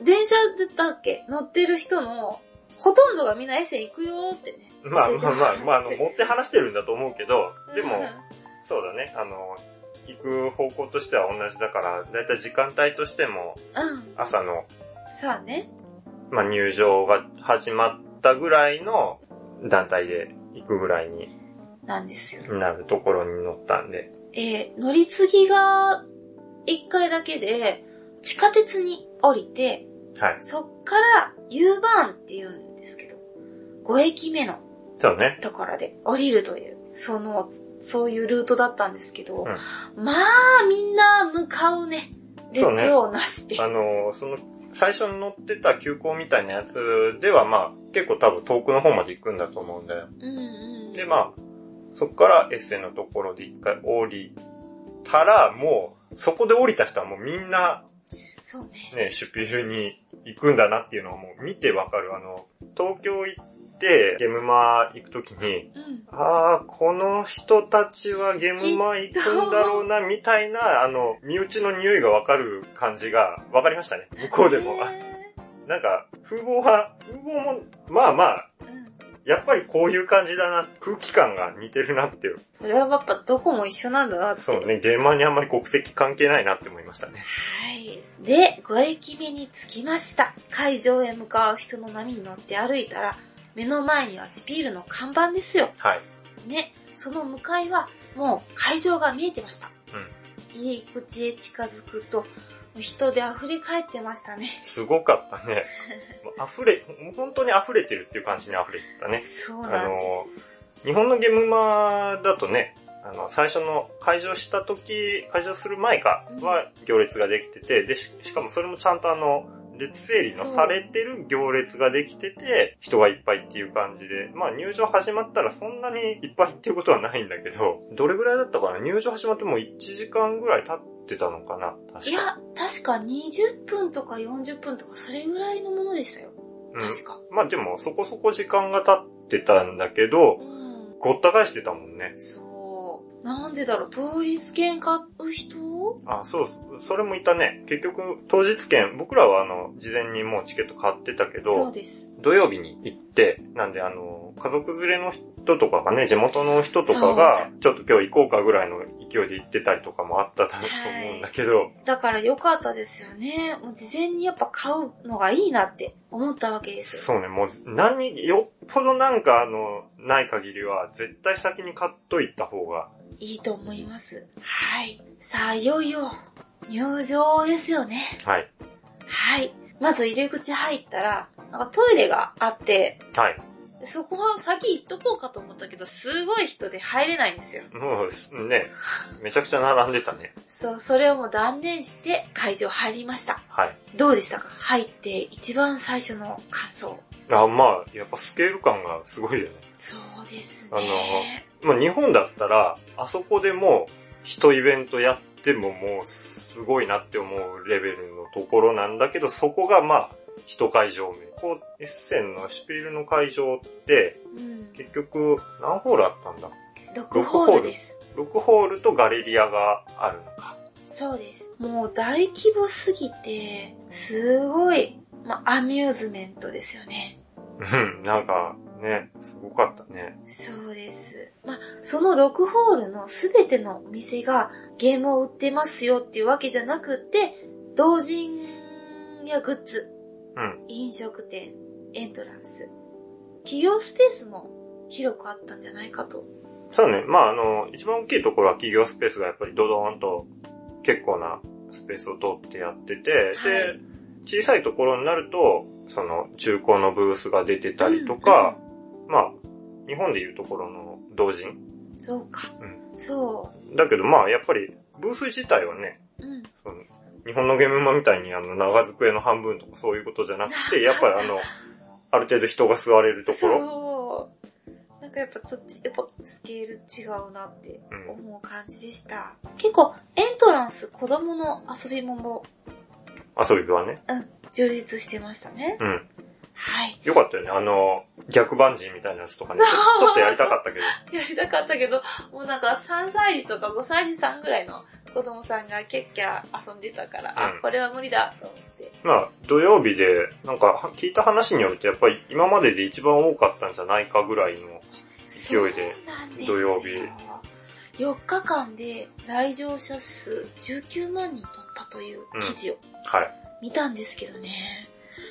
Speaker 1: 電車だっけ乗ってる人の、ほとんどがみんなエッセン行くよーってね。
Speaker 2: まあ
Speaker 1: 教えて
Speaker 2: まあ
Speaker 1: もらっ
Speaker 2: まあ、
Speaker 1: て
Speaker 2: まあ、あの、持って話してるんだと思うけど、で も
Speaker 1: うん、
Speaker 2: そうだね、あの、行く方向としては同じだから、だいたい時間帯としても、
Speaker 1: うん。
Speaker 2: 朝の
Speaker 1: そうね。
Speaker 2: まあ、入場が始まったぐらいの団体で行くぐらいに
Speaker 1: なんですよ。
Speaker 2: なるところに乗ったんで。
Speaker 1: えー乗り継ぎが一回だけで、地下鉄に降りて、
Speaker 2: はい。
Speaker 1: そっから U バーンって言うんですけど、5駅目の
Speaker 2: そうね。
Speaker 1: ところで降りるという、その、そういうルートだったんですけど、まあ、みんな向かうね、
Speaker 2: そうね
Speaker 1: 列をなして。
Speaker 2: あのー、その最初に乗ってた急行みたいなやつではまあ、結構多分遠くの方まで行くんだと思うんだよ。
Speaker 1: うんうん。
Speaker 2: で、まあ、そこからエッセンのところで一回降りたら、もう、そこで降りた人はもうみんな、
Speaker 1: そうね。
Speaker 2: ね、シュピールに行くんだなっていうのはもう見てわかる。あの、東京行って、ゲムマ行くときに、
Speaker 1: うん。
Speaker 2: ああ、この人たちはゲムマ行くんだろうな、みたいな、あの、身内の匂いがわかる感じが、わかりましたね。向こうでも。あ
Speaker 1: へ
Speaker 2: なんか、風貌は、風貌も、まあまあ、
Speaker 1: ーうん。
Speaker 2: やっぱりこういう感じだな、空気感が似てるなっていう。
Speaker 1: それはやっぱどこも一緒なんだなって。
Speaker 2: そうね、ゲーマーにあんまり国籍関係ないなって思いました
Speaker 1: は
Speaker 2: ね。
Speaker 1: い。で、5駅目に着きました。会場へ向かう人の波に乗って歩いたら、目の前にはシピールの看板ですよ。
Speaker 2: はい。
Speaker 1: ね、その向かいはもう会場が見えてました。
Speaker 2: うん。
Speaker 1: 入り口へ近づくと、人で溢れ返ってましたね。
Speaker 2: すごかったね。溢れ、本当に溢れてるっていう感じに溢れてたね。
Speaker 1: そうなんです。
Speaker 2: 日本のゲームマーだとね、あの、最初の会場した時、会場する前かは行列ができてて、で、ししかもそれもちゃんとあの、列整理のされてる行列ができてて、人がいっぱいっていう感じで、まあ入場始まったらそんなにいっぱいっていうことはないんだけど、どれぐらいだったかな入場始まってもう1時間ぐらい経ってたのかな確か
Speaker 1: いや、確か20分とか40分とかそれぐらいのものでしたよ。確か。
Speaker 2: うん。まあでもそこそこ時間が経ってたんだけど、
Speaker 1: うん。
Speaker 2: ごった返してたもんね。
Speaker 1: そう。なんでだろう、当日券買う人
Speaker 2: あ、そう、それもいたね。結局、当日券、僕らはあの、事前にもうチケット買ってたけ
Speaker 1: そう
Speaker 2: ど、
Speaker 1: です。
Speaker 2: 土曜日に行って、なんであの、家族連れの人とかがね、地元の人とか
Speaker 1: そ
Speaker 2: が、ちょっと今日行こうかぐらいの勢いで行ってたりとかもあったと思
Speaker 1: はい
Speaker 2: うんだけど、
Speaker 1: だから良かったですよね。もう事前にやっぱ買うのがいいなって思ったわけですよ。
Speaker 2: そうね、もう、何、よっぽどなんかあの、ない限りは、絶対先に買っといた方が、
Speaker 1: いいと思います。はい。さあ、いよいよ、入場ですよね。
Speaker 2: はい。
Speaker 1: はい。まず入り口入ったら、なんかトイレがあって、
Speaker 2: はい。
Speaker 1: そこは先行っとこうかと思ったけど、すごい人で入れないんですよ。
Speaker 2: もう、ね、めちゃくちゃ並んでたね。
Speaker 1: そう、それをもう断念して会場入りました。
Speaker 2: はい。
Speaker 1: どうでしたか入って一番最初の感想。
Speaker 2: あ、まあ、やっぱスケール感がすごいよね。
Speaker 1: そうですね。
Speaker 2: あのまあ、日本だったら、あそこでもう、一イベントやってももう、すごいなって思うレベルのところなんだけど、そこがまあ、一会場目。こう、エッセンのシュピールの会場って、
Speaker 1: うん、
Speaker 2: 結局、何ホールあったんだ
Speaker 1: 6ホールです。
Speaker 2: ?6 ホールとガレリアがあるのか。
Speaker 1: そうです。もう大規模すぎて、すごい、まあ、アミューズメントですよね。
Speaker 2: うん、なんか、ね、すごかったね。
Speaker 1: そうです。まあ、その6ホールのすべてのお店がゲームを売ってますよっていうわけじゃなくって、同人やグッズ、
Speaker 2: うん
Speaker 1: 飲食店、エントランス、企業スペースも広くあったんじゃないかと。
Speaker 2: そうね、まああの、一番大きいところは企業スペースがやっぱりドドーンと結構なスペースを取ってやってて、
Speaker 1: はい
Speaker 2: で、小さいところになると、その中古のブースが出てたりとか、まあ、日本でいうところの同人。
Speaker 1: うんうんそうか。
Speaker 2: う
Speaker 1: そ
Speaker 2: だけどまあやっぱりブース自体はね、
Speaker 1: う。うん。
Speaker 2: その日本のゲームマみたいにあの長机の半分とかそういうことじゃなくて、やっぱりあ の、ある程度人が座れるところ、
Speaker 1: そう。なんかやっぱちょっと、やっぱスケール違うなって
Speaker 2: うん
Speaker 1: 思う感じでした。結構エントランス子供の遊び物も
Speaker 2: 遊び場はね。
Speaker 1: 充実してましたね。
Speaker 2: うん。
Speaker 1: はい。
Speaker 2: よかったよね。あの、逆バンジーみたいなやつとかね、ちょ
Speaker 1: そう
Speaker 2: ちょっとやりたかったけど。
Speaker 1: やりたかったけど、もうなんか3歳児とか5歳児さんぐらいの子供さんがキャッキャ遊んでたから、
Speaker 2: うん
Speaker 1: あ、これは無理だと思って。
Speaker 2: まあ、土曜日で、なんかは聞いた話によると、やっぱり今までで一番多かったんじゃないかぐらいの、勢いで
Speaker 1: そうなんですよ
Speaker 2: 土曜日。
Speaker 1: 4日間で来場者数19万人突破という記事を
Speaker 2: はい。
Speaker 1: 見たんですけどね。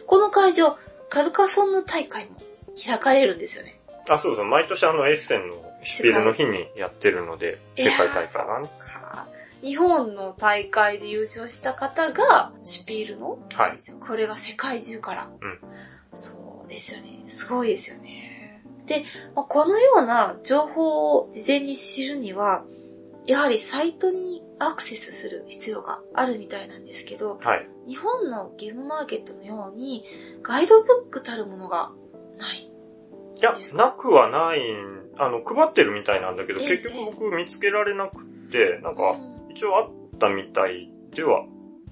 Speaker 1: この会場、カルカソンヌ大会も開かれるんですよね。
Speaker 2: あ、そうそう、毎年あのエッセンのシュピールの日にやってるので、
Speaker 1: 世
Speaker 2: 世
Speaker 1: 界
Speaker 2: 界大会がね。
Speaker 1: か日本の大会で優勝した方が、シュピールの
Speaker 2: はい。
Speaker 1: これが世界中から。
Speaker 2: うん
Speaker 1: そうですよね。すごいですよね。で、まあこのような情報を事前に知るには、やはりサイトにアクセスする必要があるみたいなんですけど、
Speaker 2: はい。
Speaker 1: 日本のゲームマーケットのようにガイドブックたるものがない。
Speaker 2: いや
Speaker 1: いいです、か
Speaker 2: なくはないん、あの、配ってるみたいなんだけど、
Speaker 1: ええ
Speaker 2: 結局僕見つけられなくて、なん
Speaker 1: う
Speaker 2: か、
Speaker 1: ん
Speaker 2: 一応あったみたいでは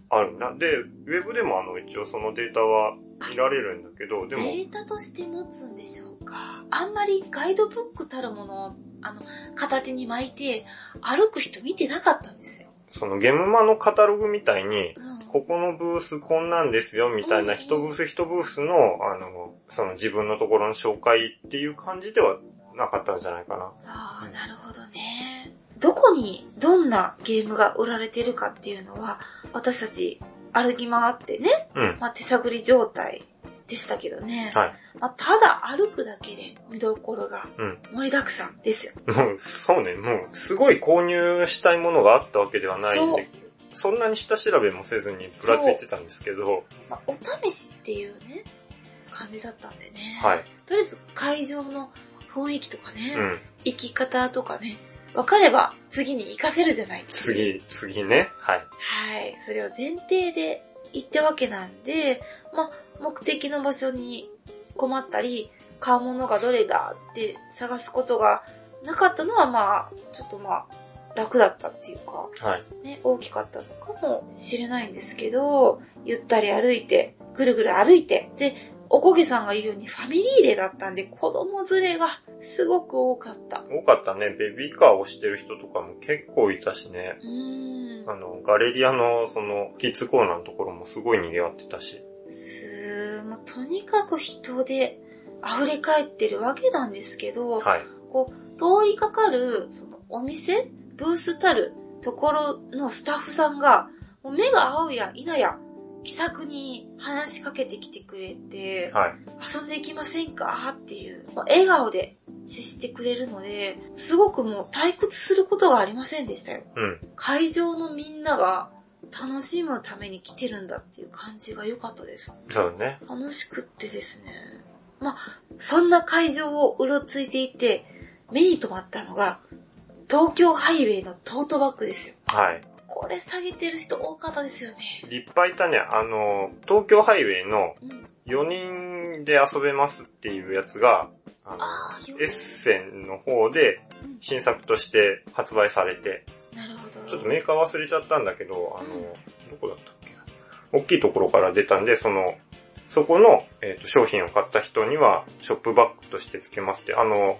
Speaker 2: あるな。で、ウェブでもあの、一応そのデータは見られるんだけど、で
Speaker 1: デ
Speaker 2: も、
Speaker 1: ータとして持つんでしょうか。あんまりガイドブックたるものをあの片手に巻いて歩く人見てなかったんですよ。
Speaker 2: そのゲムマのカタログみたいに、
Speaker 1: うん、
Speaker 2: ここのブースこんなんですよ、みたいな、
Speaker 1: うん
Speaker 2: 一ブース一ブースの、あの、その自分のところの紹介っていう感じではなかったんじゃないかな。
Speaker 1: ああ、
Speaker 2: うん
Speaker 1: なるほどね。どこにどんなゲームが売られてるかっていうのは、私たち歩き回ってね、
Speaker 2: うん。
Speaker 1: まあ、手探り状態でしたけどね。
Speaker 2: はい。
Speaker 1: まあ、ただ歩くだけで見どころが
Speaker 2: うん
Speaker 1: 盛りだくさんですよ。
Speaker 2: もう、そうね、もう、すごい購入したいものがあったわけではないんで、そんなに下調べもせずにぶらついてたんですけど、
Speaker 1: まあ、お試しっていうね、感じだったんでね。
Speaker 2: はい。
Speaker 1: とりあえず会場の雰囲気とかね、
Speaker 2: うん。
Speaker 1: 行き方とかね、分かれば次に活かせるじゃないっていう
Speaker 2: 次、次ね。はい。
Speaker 1: はい。それを前提で行ったわけなんで、まあ、目的の場所に困ったり、買うものがどれだって探すことがなかったのは、まあ、ちょっとまあ、楽だったっていうか、
Speaker 2: はい。
Speaker 1: ね、大きかったのかもしれないんですけど、ゆったり歩いて、ぐるぐる歩いて、で、おこげさんが言うようにファミリーデーだったんで、子供連れがすごく多かった。
Speaker 2: 多かったね。ベビーカーをしてる人とかも結構いたしね。
Speaker 1: うーん。
Speaker 2: あの、ガレリアの、その、キッズコーナーのところもすごい賑わってたし。
Speaker 1: すー、もうとにかく人で溢れ返ってるわけなんですけど、
Speaker 2: はい。
Speaker 1: こう、通りかかる、そのお店、ブースたるところのスタッフさんが、もう目が合うや否や、気さくに話しかけてきてくれて、
Speaker 2: はい。
Speaker 1: 遊んでいきませんかっていう、もう笑顔で接してくれるので、すごくもう退屈することがありませんでしたよ。
Speaker 2: うん。
Speaker 1: 会場のみんなが楽しむために来てるんだっていう感じが良かったです。
Speaker 2: そうね。
Speaker 1: 楽しくってですね。まあ、そんな会場をうろついていて、目に留まったのが、東京ハイウェイのトートバッグですよ。
Speaker 2: はい。
Speaker 1: これ下げてる人多かったですよね。
Speaker 2: 立派いたね。あの、東京ハイウェイの
Speaker 1: うん。
Speaker 2: 4人で遊べますっていうやつが、あ
Speaker 1: ああ、よ
Speaker 2: の、エッセンの方で
Speaker 1: うん
Speaker 2: 新作として発売されて、
Speaker 1: なるほど。
Speaker 2: ちょっとメーカー忘れちゃったんだけど、あの、どこだったっけな大きいところから出たんで、その、そこの、えーと商品を買った人には、ショップバッグとして付けますって、あの、もう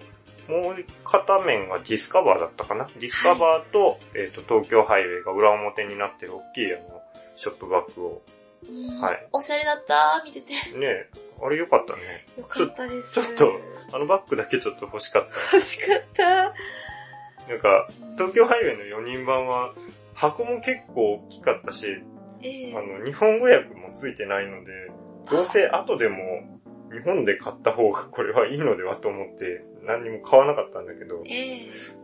Speaker 2: 片面がディスカバーだったかなディスカバーと、えっ、と、東京ハイウェイが裏表になってる大きいあの、ショップバッグを。
Speaker 1: うん
Speaker 2: はい
Speaker 1: おしゃれだった見てて。
Speaker 2: ねえ、あれよかったね。
Speaker 1: よかったです。
Speaker 2: ちょちょっとあのバッグだけちょっと欲しかっ
Speaker 1: 欲しかった。
Speaker 2: た。なんか、東京ハイウェイの4人版は、箱も結構大きかったし、
Speaker 1: ええ
Speaker 2: あの、日本語訳もついてないので、どうせ後でも日本で買った方がこれはいいのではと思って何にも買わなかったんだけど、
Speaker 1: ええ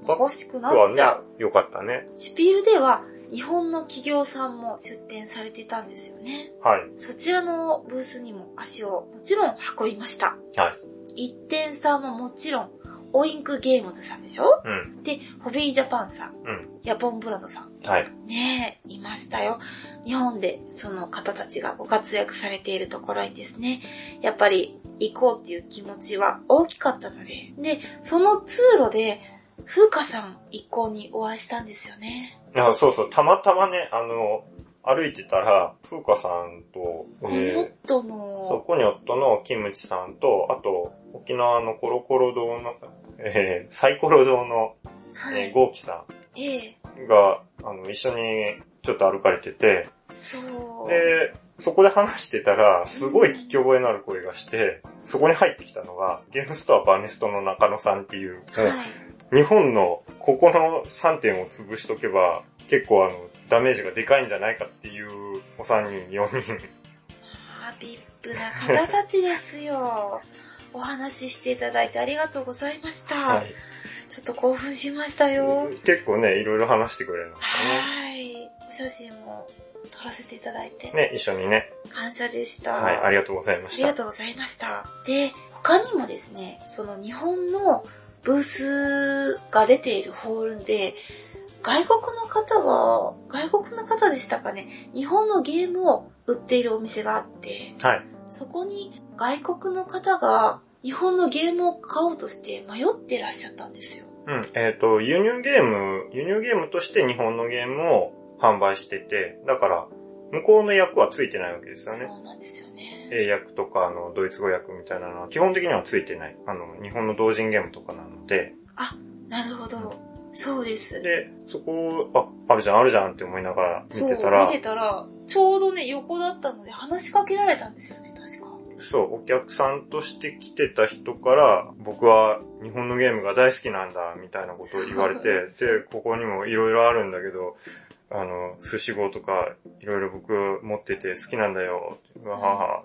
Speaker 2: バッグ
Speaker 1: 欲しくなっちゃう。
Speaker 2: 良かったね。
Speaker 1: シュピールでは日本の企業さんも出展されてたんですよね。
Speaker 2: はい。
Speaker 1: そちらのブースにも足をもちろん運びました。
Speaker 2: はい。
Speaker 1: 一点さんももちろん、オインクゲームズさんでしょ
Speaker 2: うん。
Speaker 1: で、ホビージャパンさん、
Speaker 2: うん。
Speaker 1: ヤポンブラドさん。
Speaker 2: はい。
Speaker 1: ねえ、いましたよ。日本でその方たちがご活躍されているところにですね、やっぱり行こうっていう気持ちは大きかったので、で、その通路で、風花さん一行にお会いしたんですよね。
Speaker 2: あそうそう、たまたまね、あの、歩いてたら、風花さんと、
Speaker 1: コニョッ
Speaker 2: え
Speaker 1: ト
Speaker 2: ー、そう
Speaker 1: の、
Speaker 2: コニョットのキムチさんと、あと、沖縄のコロコロ堂の、えー、サイコロ堂の、
Speaker 1: は
Speaker 2: えー、
Speaker 1: い、
Speaker 2: ゴーキさ
Speaker 1: ええ、
Speaker 2: んが、あの、一緒にちょっと歩かれてて、
Speaker 1: そう。
Speaker 2: で、そこで話してたら、すごい聞き覚えのある声がして、そこに入ってきたのが、ゲームストアバネストの中野さんっていう、
Speaker 1: はい。
Speaker 2: 日本のここの3点を潰しとけば、結構あの、ダメージがでかいんじゃないかっていうお三人、4人。
Speaker 1: あー、ビップな方たちですよ。お話ししていただいてありがとうございました。
Speaker 2: はい。
Speaker 1: ちょっと興奮しましたよ。
Speaker 2: 結構ね、いろいろ話してくれるんです
Speaker 1: はい。お写真も撮らせていただいて、
Speaker 2: よね。ね、一緒にね。
Speaker 1: 感謝でした。
Speaker 2: はい、あ
Speaker 1: あ
Speaker 2: りがとうございまし
Speaker 1: り
Speaker 2: た。
Speaker 1: がとうございました。で、他にもですね、その日本のブースが出ているホールで、外国の方が、外国の方でしたかね、日本のゲームを売っているお店があって、
Speaker 2: はい。
Speaker 1: そこに外国の方が日本のゲームを買おうとして迷ってらっしゃったんですよ。
Speaker 2: うん。えっ、と、輸入ゲーム、輸入ゲームとして日本のゲームを販売してて、だから、向こうの役はついてないわけですよね。
Speaker 1: そうなんですよね。
Speaker 2: 英訳とか、あの、ドイツ語訳みたいなのは基本的にはついてない。あの、日本の同人ゲームとかなので。
Speaker 1: なるほど。そうです。
Speaker 2: で、そこを、あ、あるじゃん、あるじゃんって思いながら見
Speaker 1: そう、
Speaker 2: てたら
Speaker 1: 見、てたら、ちょうどね、横だったので話しかけられたんですよね、確か。
Speaker 2: そう、お客さんとして来てた人から、僕は日本のゲームが大好きなんだ、みたいなことを言われて、 で、ここにもいろいろあるんだけど、あの、寿司号とか、いろいろ僕持ってて好きなんだよ、うわはは。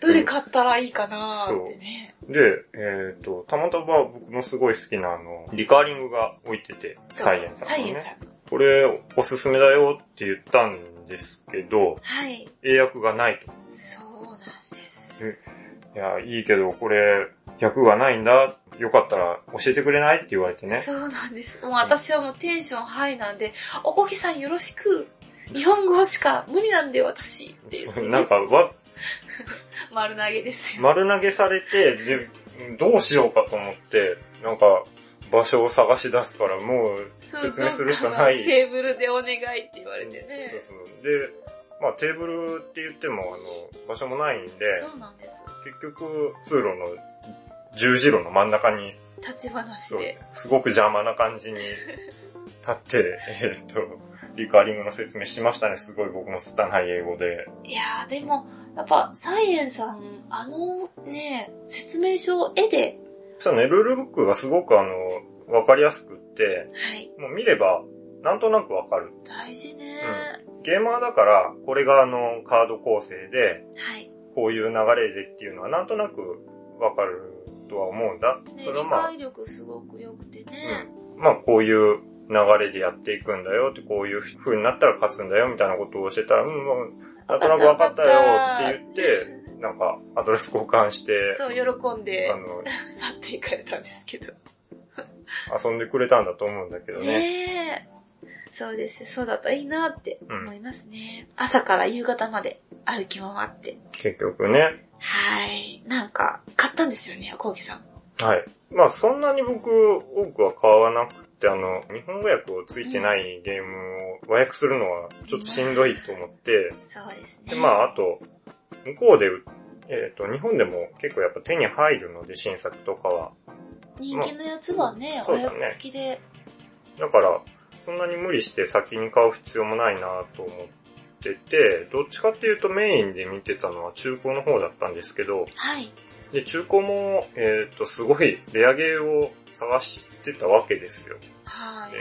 Speaker 1: どれ買ったらいいかなーってね。
Speaker 2: で、えっ、と、たまたま僕のすごい好きなあの、リカーリングが置いてて、サイエンさん、ね。
Speaker 1: サイエンさん。
Speaker 2: これ、おすすめだよって言ったんですけど、
Speaker 1: はい。
Speaker 2: 英訳がないと。
Speaker 1: そうなんです。
Speaker 2: えいや、いいけど、これ、役がないんだ。よかったら教えてくれないって言われてね。
Speaker 1: そうなんです。もう私はもうテンションハイなんで、おこぎさんよろしく。日本語しか無理なんで私って言って、
Speaker 2: なんか、わ、
Speaker 1: 丸投げですよ。
Speaker 2: 丸投げされて、で、どうしようかと思って、なんか、場所を探し出すから、もう、説明するしかない
Speaker 1: そうどっかのテーブルでお願いって言われて
Speaker 2: そう
Speaker 1: ね。
Speaker 2: そう。で、まあテーブルって言っても、あの、場所もないんで、
Speaker 1: そうなんです。
Speaker 2: 結局、通路の十字路の真ん中に、
Speaker 1: 立ち話
Speaker 2: そう
Speaker 1: で。
Speaker 2: すごく邪魔な感じに立って、えっと、 リカーリングの説明しましたね。すごい僕も拙い英語で。
Speaker 1: いやーでも、やっぱ、サイエンさん、あのね、説明書を絵で、
Speaker 2: そうね、ルールブックがすごくあの、わかりやすくって、
Speaker 1: はい、
Speaker 2: もう見れば、なんとなくわかる。
Speaker 1: 大事ね、
Speaker 2: ゲーマーだから、これがあの、カード構成で、
Speaker 1: はい。
Speaker 2: こういう流れでっていうのはなんとなくわかるとは思うんだ。
Speaker 1: ね、
Speaker 2: それは
Speaker 1: 理
Speaker 2: まあ、
Speaker 1: 解力すごく良くてね。
Speaker 2: うん。まあ、こういう流れでやっていくんだよって、こういう風になったら勝つんだよみたいなことを教えたら、うん、まあ、なんとなくわかったよって言って、なんか、アドレス交換して、
Speaker 1: そう、喜んで
Speaker 2: あ、の、
Speaker 1: 去っていかれたんですけど。
Speaker 2: 遊んでくれたんだと思うんだけどね。
Speaker 1: ねえ。そうです。そうだったらいいなって
Speaker 2: うん
Speaker 1: 思いますね。朝から夕方まで歩き回って。
Speaker 2: 結局ね。
Speaker 1: はい。なんか、買ったんですよね、コウキさん。
Speaker 2: はい。まあ、そんなに僕、多くは買わなくて、あの、日本語訳をついてないゲームを和訳するのはちょっとしんどいと思って、
Speaker 1: そうですね。
Speaker 2: で、まあ、あと、向こうで、えっ、と、日本でも結構やっぱ手に入るので、新作とかは。
Speaker 1: 人気のやつはね、
Speaker 2: そう
Speaker 1: お
Speaker 2: だね
Speaker 1: 役付きで。
Speaker 2: だから、そんなに無理して先に買う必要もないなと思ってて、どっちかっていうとメインで見てたのは中古の方だったんですけど、
Speaker 1: はい。
Speaker 2: で、中古も、えっ、と、すごいレアゲーを探してたわけですよ。
Speaker 1: はい。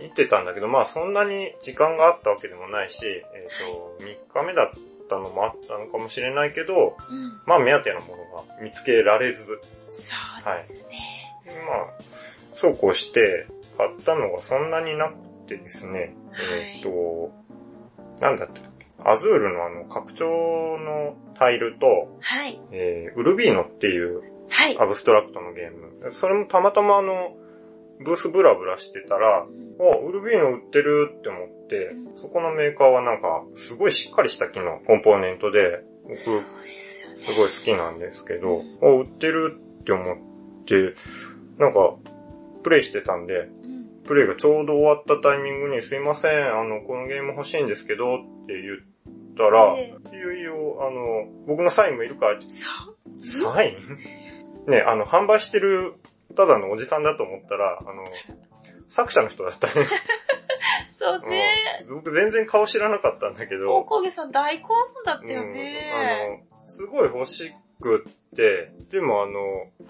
Speaker 2: で見てたんだけど、まあそんなに時間があったわけでもないし、えっ、と、3日目だったのもあったのかもしれないけど、
Speaker 1: うん。
Speaker 2: まあ目当てのものが見つけられず、
Speaker 1: そうですね。
Speaker 2: まあ、そうこうして買ったのがそんなになくてですね、
Speaker 1: はい
Speaker 2: えっ、と、なんだったっけ、アズールのあの拡張のタイルと、
Speaker 1: はい。
Speaker 2: えー、ウルビーノっていう
Speaker 1: はい。
Speaker 2: アブストラクトのゲーム、それもたまたまあの、ブースブラブラしてたら、あ、ウルビーノ売ってるって思って
Speaker 1: う、
Speaker 2: そこのメーカーはなんか、すごいしっかりした機能、コンポーネントで、僕、
Speaker 1: そうですよね。
Speaker 2: すごい好きなんですけど、
Speaker 1: う
Speaker 2: あ、売ってるって思って、なんか、プレイしてたんで、
Speaker 1: うん。
Speaker 2: プレイがちょうど終わったタイミングに、すいません、あの、このゲーム欲しいんですけど、って言ったら、
Speaker 1: え
Speaker 2: いよいよ、あの、僕のサインもいるかって
Speaker 1: え、そう。
Speaker 2: サインね、あの、販売してる、ただのおじさんだと思ったら、あの、作者の人だったね。
Speaker 1: そうね。
Speaker 2: うん僕全然顔知らなかったんだけど。
Speaker 1: 大峠さん大興奮だったよね。
Speaker 2: うん、あの、すごい欲しくって、でもあ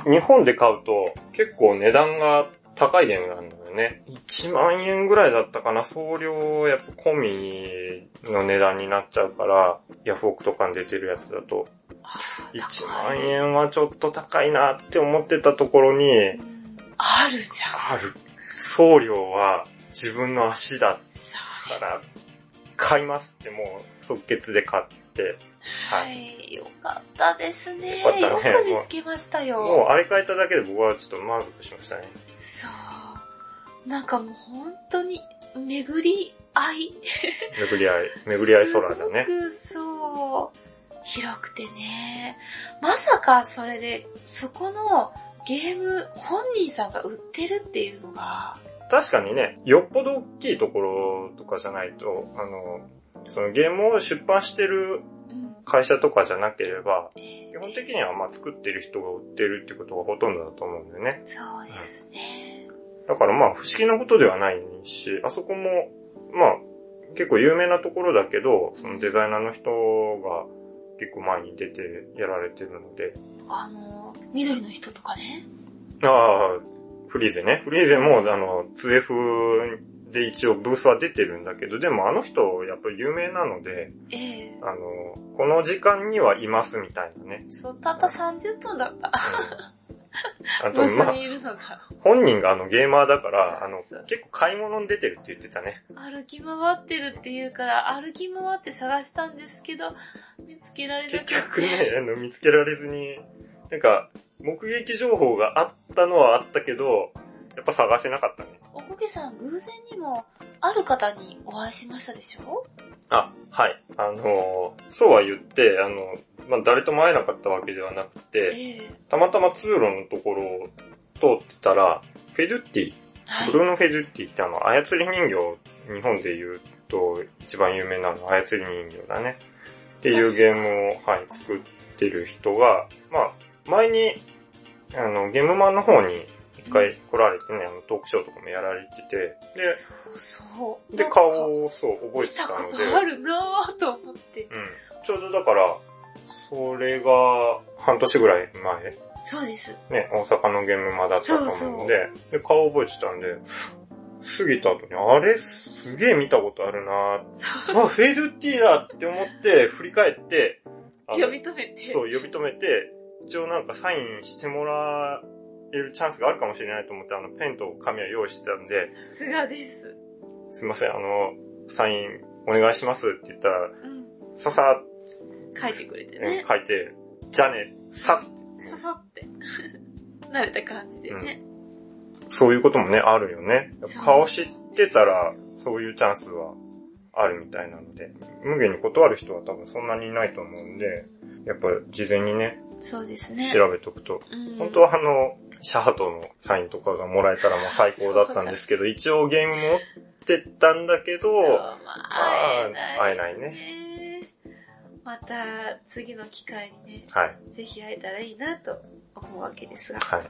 Speaker 2: の、日本で買うと結構値段が高いゲームなんだよね。1万円ぐらいだったかな、送料やっぱ込みの値段になっちゃうから、ヤフオクとかに出てるやつだと、
Speaker 1: あー
Speaker 2: 1
Speaker 1: 高い
Speaker 2: 万円はちょっと高いなって思ってたところに、
Speaker 1: うんあるじゃん。
Speaker 2: ある。送料は自分の足だ
Speaker 1: そう
Speaker 2: か
Speaker 1: です
Speaker 2: ら、買いますってもう即決で買って、
Speaker 1: は。
Speaker 2: はい
Speaker 1: よかったですね。
Speaker 2: よかった
Speaker 1: よ
Speaker 2: ね
Speaker 1: く見つけました
Speaker 2: も
Speaker 1: よ。
Speaker 2: うあれ変えただけで僕はちょっと満足しましたね。
Speaker 1: そう。なんかもう本当に、巡り合い。
Speaker 2: 巡り合 い、巡り合い空だね
Speaker 1: す。ごくそう、広くてね。まさかそれで、そこのゲーム本人さんが売ってるっていうのが、
Speaker 2: 確かにね、よっぽど大きいところとかじゃないと、あの、そのゲームを出版してる
Speaker 1: うん。
Speaker 2: 会社とかじゃなければ、
Speaker 1: えー
Speaker 2: 基本的にはまあ作ってる人が売ってるってことがほとんどだと思うんだよね。
Speaker 1: そうですね。
Speaker 2: だからまあ不思議なことではないし、あそこも、まあ結構有名なところだけど、そのデザイナーの人が結構前に出てやられてるので、
Speaker 1: あの、緑の人とかね。
Speaker 2: ああ、フリーゼね。フリーゼもあの 2F で一応ブースは出てるんだけど、でもあの人やっぱり有名なので、
Speaker 1: ええ
Speaker 2: あの、この時間にはいますみたいなね。
Speaker 1: そう、たった30分だった。
Speaker 2: うんあ
Speaker 1: ブ
Speaker 2: と
Speaker 1: ース
Speaker 2: まあ
Speaker 1: にいるのが。
Speaker 2: 本人があのゲーマーだから、あの
Speaker 1: そう、
Speaker 2: 結構買い物に出てるって言ってたね。
Speaker 1: 歩き回ってるっていうから、歩き回って探したんですけど、見つけられな
Speaker 2: 結
Speaker 1: くて。
Speaker 2: 局ね、あの、見つけられずに、なんか、目撃情報があったのはあったけど、やっぱ探せなかったね。
Speaker 1: おこげさん、偶然にも、ある方にお会いしましたでしょ
Speaker 2: あ、はい。あの、そうは言って、あの、まあ、誰とも会えなかったわけではなくて、
Speaker 1: ええ
Speaker 2: たまたま通路のところを通ってたら、フェドゥッティ、
Speaker 1: はい
Speaker 2: ブ。ルーノ・フェドゥッティってあの、操り人形、日本で言うと一番有名なのは操り人形だね。っていうゲームを、はい、作ってる人が、まあ、前に、あの、ゲームマンの方に一回来られてね、あの、トークショーとかもやられてて、
Speaker 1: そうそう。
Speaker 2: で、で、
Speaker 1: なんか
Speaker 2: 顔をそう、覚え
Speaker 1: 見
Speaker 2: て
Speaker 1: た
Speaker 2: た
Speaker 1: こ
Speaker 2: の
Speaker 1: と
Speaker 2: で、
Speaker 1: あるなぁと思って。
Speaker 2: うん。ちょうどだから、それが、半年ぐらい前
Speaker 1: そうです。
Speaker 2: ね、大阪のゲームマだったと思うんで、
Speaker 1: そうそう
Speaker 2: で、顔覚えてたんで、過ぎた後に、あれすげえ見たことあるな
Speaker 1: そ
Speaker 2: ぁ。あ、フェイドゥッティだって思って、振り返って、あ
Speaker 1: う。
Speaker 2: の
Speaker 1: 呼び止めて。
Speaker 2: そう、呼び止めて、一応なんかサインしてもらえるチャンスがあるかもしれないと思って、あの、ペンと紙は用意してたんで、
Speaker 1: さすがです。
Speaker 2: すいません、あの、サインお願いしますって言ったら、
Speaker 1: うん。
Speaker 2: ささっ
Speaker 1: 書いてくれて
Speaker 2: て
Speaker 1: ね。
Speaker 2: 書いて、じゃあね、さっ
Speaker 1: ささって。 慣れた感じでね。
Speaker 2: そういうこともね、あるよね。やっぱ顔知ってたら、そういうチャンスはあるみたいなので、無限に断る人は多分そんなにいないと思うんで、やっぱ事前にね、
Speaker 1: そうですね。
Speaker 2: 調べとくと。
Speaker 1: うん
Speaker 2: 本当はあの、シャートのサインとかがもらえたらもう最高だったんですけど、一応ゲーム持ってったんだけ
Speaker 1: そ
Speaker 2: ど、
Speaker 1: うまあ会えない。
Speaker 2: 会えないね。
Speaker 1: ね。また、次の機会にね、
Speaker 2: はい、
Speaker 1: ぜひ会えたらいいなと思うわけですが。
Speaker 2: は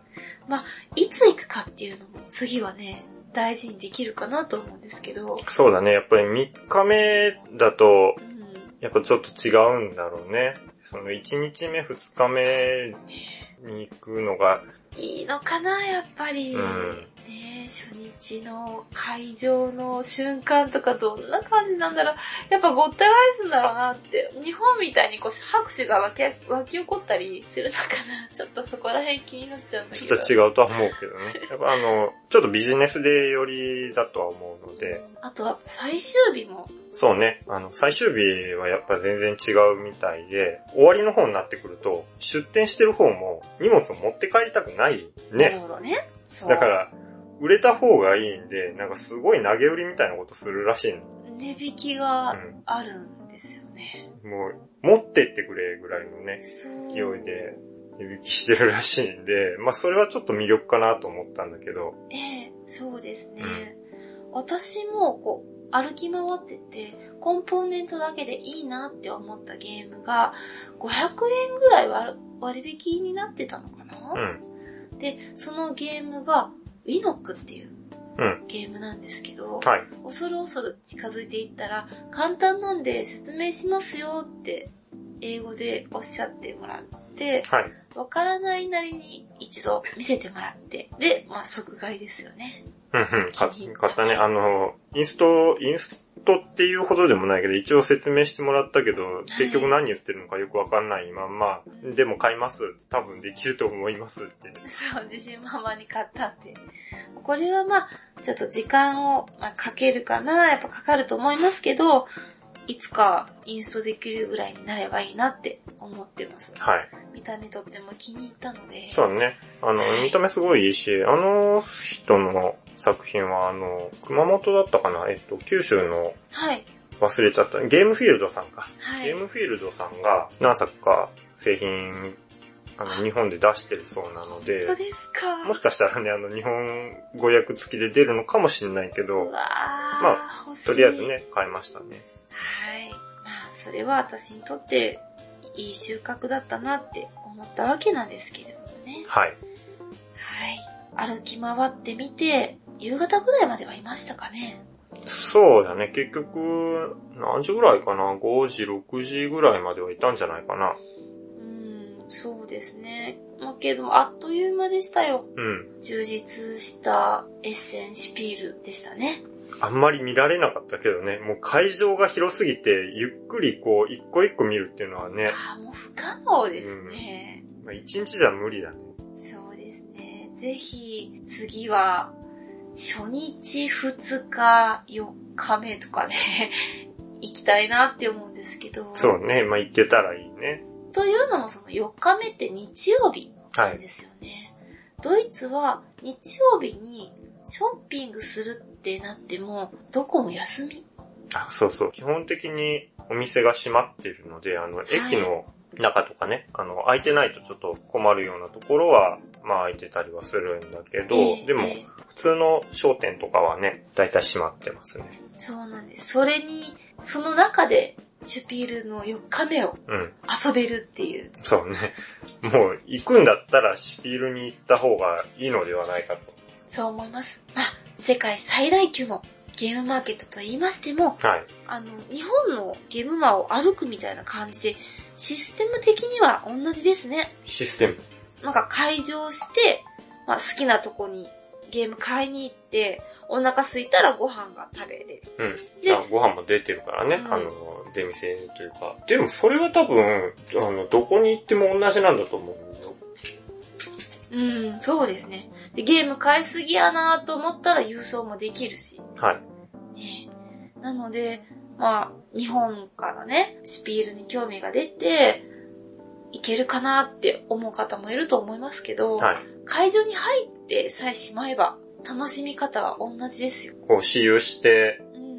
Speaker 2: い。
Speaker 1: いつ行くかっていうのも次はね、大事にできるかなと思うんですけど、
Speaker 2: そうだね、やっぱり3日目だと
Speaker 1: う、ん、
Speaker 2: やっぱちょっと違うんだろうね。その1日目、2日目に行くのが、
Speaker 1: いいのかな、やっぱり。
Speaker 2: うん
Speaker 1: ねえ初日の会場の瞬間とかどんな感じなんだろう。やっぱごった返すんだろうなって、日本みたいにこう拍手が湧き湧き起こったりするのかな。ちょっとそこら辺気になっちゃうんだけ
Speaker 2: ち
Speaker 1: ど
Speaker 2: ょっ。と違うとは思うけ どね。やっぱあの、ちょっとビジネスデー寄りだとは思うので、
Speaker 1: あとは最終日も、
Speaker 2: そうね、あの、最終日はやっぱ全然違うみたいで、終わりの方になってくると、出店してる方も荷物を持って帰りたくない
Speaker 1: なる
Speaker 2: ね。
Speaker 1: ほどね。そう。
Speaker 2: だか、ら、売れた方がいいんで、なんかすごい投げ売りみたいなことするらしいの。
Speaker 1: 値引き
Speaker 2: う
Speaker 1: が
Speaker 2: ん
Speaker 1: あるんですよね。
Speaker 2: もう、持ってってくれぐらいのね、
Speaker 1: そう。
Speaker 2: 勢いで、値引きしてるらしいんで、まあそれはちょっと魅力かなと思ったんだけど、
Speaker 1: ええそうですね。私もこう、歩き回ってて、コンポーネントだけでいいなって思ったゲームが、500円ぐらい割割引になってたのか
Speaker 2: う
Speaker 1: な、
Speaker 2: ん、
Speaker 1: で、そのゲームが、ウィノックっていう
Speaker 2: うん、
Speaker 1: ゲームなんですけど、
Speaker 2: はい、
Speaker 1: 恐る恐る近づいていったら、簡単なんで説明しますよって、英語でおっしゃってもらって、
Speaker 2: はい、
Speaker 1: わからないなりに一度見せてもらって、で、まあ、即買いですよね。
Speaker 2: うんうん、か
Speaker 1: 気に入った
Speaker 2: 買ったね。あの、インスト、インストっていうほどでもないけど、一応説明してもらったけど、結局何言ってるのかよくわかんないまんま、でも買います。多分できると思いますって。
Speaker 1: そう、自信満々に買ったって。これはまあ、ちょっと時間を、まあ、かけるかな、やっぱかかると思いますけど、いつかインストできるぐらいになればいいなって思ってます。
Speaker 2: はい。
Speaker 1: 見た目とっても気に入ったので。
Speaker 2: そうね。あの、見た目すごいいいし、あの人の作品は、あの、熊本だったかなえっと、九州の
Speaker 1: はい。
Speaker 2: 忘れちゃった、ゲームフィールドさんか。
Speaker 1: は
Speaker 2: ゲー
Speaker 1: い。
Speaker 2: ムフィールドさんが何作か製品、あの、日本で出してるそうなの
Speaker 1: そう
Speaker 2: で、
Speaker 1: ですか。
Speaker 2: もしかしたらね、あの、日本語訳付きで出るのかもしれないけ
Speaker 1: う
Speaker 2: ど、
Speaker 1: わー、
Speaker 2: ま
Speaker 1: 欲しい
Speaker 2: とりあえず。ね、買いましたね。
Speaker 1: はい。まあ、それは私にとっていい収穫だったなって思ったわけなんですけれどもね。
Speaker 2: はい。
Speaker 1: はい。歩き回ってみて、夕方ぐらいまではいましたかね。
Speaker 2: そうだね、結局、何時ぐらいかな ?5 時、6時ぐらいまではいたんじゃないかな。
Speaker 1: うん、そうですね。まあけど、あっという間でしたよ。
Speaker 2: うん。
Speaker 1: 充実したエッセンシピールでしたね。
Speaker 2: あんまり見られなかったけどね、もう会場が広すぎて、ゆっくりこう、一個一個見るっていうのはね、
Speaker 1: ああ、もう不可能ですね。
Speaker 2: まあ一日じゃ無理だね。
Speaker 1: そうですね。ぜひ、次は、初日、二日、四日目とかね、 行きたいなって思うんですけど。
Speaker 2: そうね、まあ行けたらいいね。
Speaker 1: というのもその4日目って日曜日
Speaker 2: は
Speaker 1: なん
Speaker 2: い。
Speaker 1: ですよね。ドイツは日曜日にショッピングするってなっても、どこも休み。
Speaker 2: あ、そうそう。基本的にお店が閉まっているので、あの、
Speaker 1: い
Speaker 2: 駅の中とかね、あの、空いてないとちょっと困るようなところは、まあ空いてたりはするんだけど、
Speaker 1: ええ
Speaker 2: でも
Speaker 1: え、え
Speaker 2: 普通の商店とかはね、だいたい閉まってますね。
Speaker 1: そうなんです。それに、その中で、シュピールの4日目を
Speaker 2: うん。
Speaker 1: 遊べるっていう。
Speaker 2: そうね。 もう、行くんだったらシピールに行った方がいいのではないかと。
Speaker 1: そう思います。まあ、世界最大級のゲームマーケットと言いましても、
Speaker 2: はい。
Speaker 1: あの、日本のゲームマーを歩くみたいな感じで、システム的には同じですね。
Speaker 2: システム。
Speaker 1: なんか会場して、まあ好きなとこにゲーム買いに行って、お腹空いたらご飯が食べれる。
Speaker 2: うん。
Speaker 1: で
Speaker 2: あご飯も出てるからね、
Speaker 1: うん
Speaker 2: あの、出店というか。でもそれは多分、あの、どこに行っても同じなんだと思うよ。
Speaker 1: うん、そうですね。でゲーム買いすぎやなと思ったら郵送もできるし。
Speaker 2: はい。
Speaker 1: ねなので、まあ、日本からね、スピールに興味が出て、いけるかなって思う方もいると思いますけど、
Speaker 2: はい。
Speaker 1: 会場に入ってさえしまえば、楽しみ方は同じですよ。
Speaker 2: こう、私有して、
Speaker 1: うん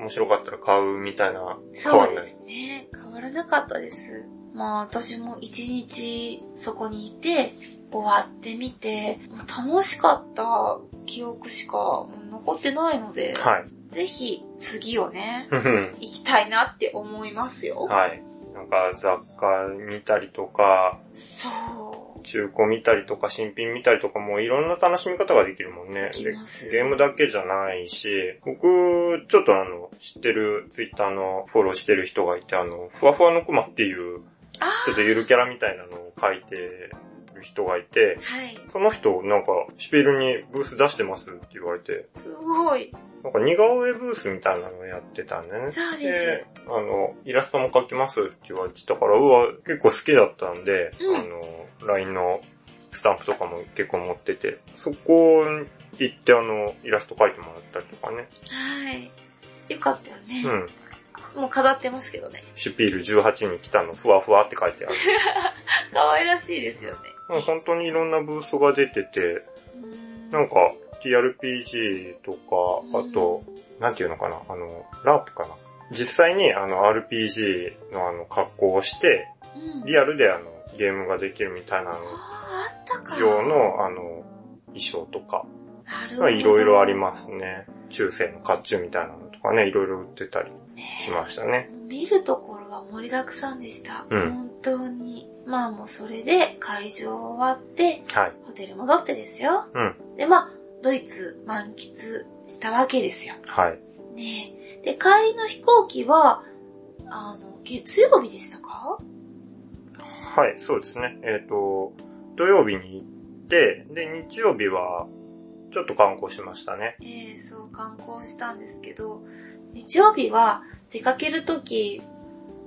Speaker 2: 面白かったら買うみたいな、変
Speaker 1: そ
Speaker 2: わん
Speaker 1: う
Speaker 2: な
Speaker 1: で
Speaker 2: い。
Speaker 1: すね。変わらなかったです。まあ私も一日そこにいて、終わってみて、もう楽しかった記憶しかもう残ってないので、
Speaker 2: はい。
Speaker 1: ぜひ次をね、
Speaker 2: ふふ
Speaker 1: 行きたいなって思いますよ。
Speaker 2: はい。なんか、雑貨見たりとか、
Speaker 1: そう。
Speaker 2: 中古見たりとか、新品見たりとか、もういろんな楽しみ方ができるもん
Speaker 1: で。
Speaker 2: ね
Speaker 1: きます。
Speaker 2: ゲームだけじゃないし、僕、ちょっとあの、知ってる、ツイッターのフォローしてる人がいて、あの、ふわふわのクマっていう、
Speaker 1: あ
Speaker 2: ちょっとゆるキャラみたいなのを書いてる人がいて
Speaker 1: ー、はい。
Speaker 2: その人、なんか、シピールにブース出してますって言われて、
Speaker 1: すごい。
Speaker 2: なんか似顔絵ブースみたいなのをやってたんだよね。
Speaker 1: そうで
Speaker 2: で、あの、イラストも描きますって言われてたから、うわ、結構好きだったんで、
Speaker 1: うん
Speaker 2: あの、LINE のスタンプとかも結構持ってて、そこ行ってあの、イラスト描いてもらったりとかね。
Speaker 1: す。はい。よかったよね
Speaker 2: う。ん。
Speaker 1: もう飾ってますけどね。
Speaker 2: シュピール18に来たの、ふわふわって書いてある。
Speaker 1: 可愛らしいですよね。
Speaker 2: もう本当にいろんなブースが出てて、
Speaker 1: うん
Speaker 2: なんか、TRPG とか、あと、なんていうのかな、あの、ラープかな。実際にあの RPG のあの格好をして、
Speaker 1: うん、
Speaker 2: リアルであのゲームができるみたいなの
Speaker 1: あーあったか。
Speaker 2: 用の、あの、衣装とか、
Speaker 1: なるほど。
Speaker 2: いろいろありますね。中世の甲冑みたいなのとかね、いろいろ売ってたりし
Speaker 1: ね
Speaker 2: ましたね。
Speaker 1: 見るところは盛りだくさんでした。
Speaker 2: うん
Speaker 1: 本当に。まあもうそれで会場終わって、
Speaker 2: はい。
Speaker 1: ホテル戻ってですよ。
Speaker 2: うん。
Speaker 1: で、まあ、ドイツ満喫したわけですよ。
Speaker 2: はい。
Speaker 1: ねえで、帰りの飛行機は、あの、月曜日でしたか
Speaker 2: はい、そうですね。えっ、と、土曜日に行って、で、日曜日は、ちょっと観光しましたね。
Speaker 1: ええそう観光したんですけど、日曜日は出かけるとき、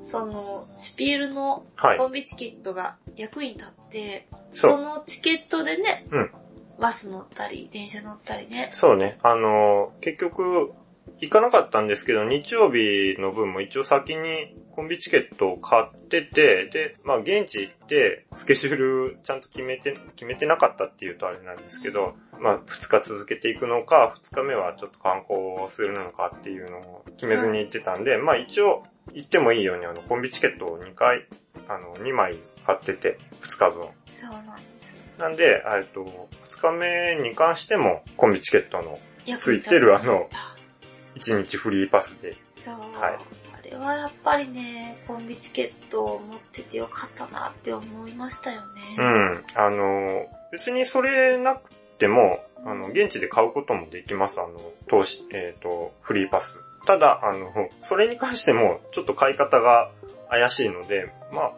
Speaker 1: その、シュピールの
Speaker 2: はい
Speaker 1: コ。ンビチケットが役に立って、そ
Speaker 2: そう。
Speaker 1: のチケットでね、
Speaker 2: うん
Speaker 1: バス乗ったり、電車乗ったりね。
Speaker 2: そうね。あの、結局、行かなかったんですけど、日曜日の分も一応先にコンビチケットを買ってて、で、まあ現地行って、スケジュールちゃんと決めて、決めてなかったっていうとあれなんですけど、まあ2日続けていくのか、2日目はちょっと観光をするのかっていうのを決めずに行ってたんで、まあ一応行ってもいいようにあのコンビチケットを2回、あの2枚買ってて、2日分。
Speaker 1: そうなんです。
Speaker 2: なんで、えっと、2日目に関してもコンビチケットの
Speaker 1: 役に立
Speaker 2: ついてる
Speaker 1: ちました
Speaker 2: 1日フリーパスで
Speaker 1: そう、
Speaker 2: はい
Speaker 1: あれはやっぱりね、コンビチケットを持っててよかったなって思いましたよね。
Speaker 2: うん。あの、別にそれなくても、あの、現地で買うこともできます。あの、投資、えっ、と、フリーパス。ただ、あの、それに関しても、ちょっと買い方が怪しいので、まあ、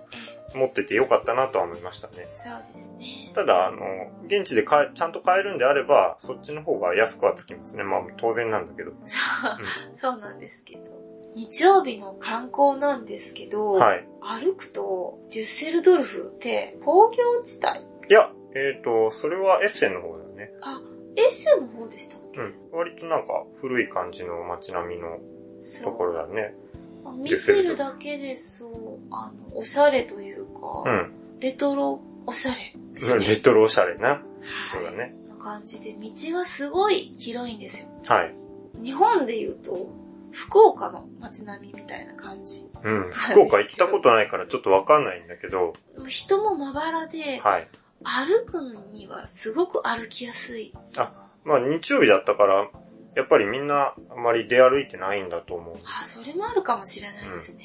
Speaker 2: 持っててよかったなとは思いましたね。
Speaker 1: そうですね。
Speaker 2: ただ、あの、現地で買えちゃんと買えるんであれば、そっちの方が安くはつきますね。まあ、当然なんだけど。
Speaker 1: そうそうなんですけど。日曜日の観光なんですけど、
Speaker 2: はい。
Speaker 1: 歩くと、デュッセルドルフって工業地帯
Speaker 2: いや、えっ、と、それはエッセンの方だよね。
Speaker 1: あ、エッセンの方でしたっけ
Speaker 2: うん。割となんか、古い感じの街並みの
Speaker 1: そ
Speaker 2: ところだね。
Speaker 1: う。見てるだけでそう、あの、おしゃれというか、
Speaker 2: うん。
Speaker 1: レトロおしゃれですね。
Speaker 2: レトロオシャレな。そうだね。
Speaker 1: な感じで、道がすごい広いんですよ。
Speaker 2: はい。
Speaker 1: 日本で言うと、福岡の街並みみたいな感じ。
Speaker 2: うん。福岡行ったことないからちょっとわかんないんだけど、
Speaker 1: 人もまばらで、
Speaker 2: はい。
Speaker 1: 歩くのにはすごく歩きやすい。
Speaker 2: まあ日曜日だったから、やっぱりみんなあまり出歩いてないんだと思う。
Speaker 1: あ、それもあるかもしれないですね。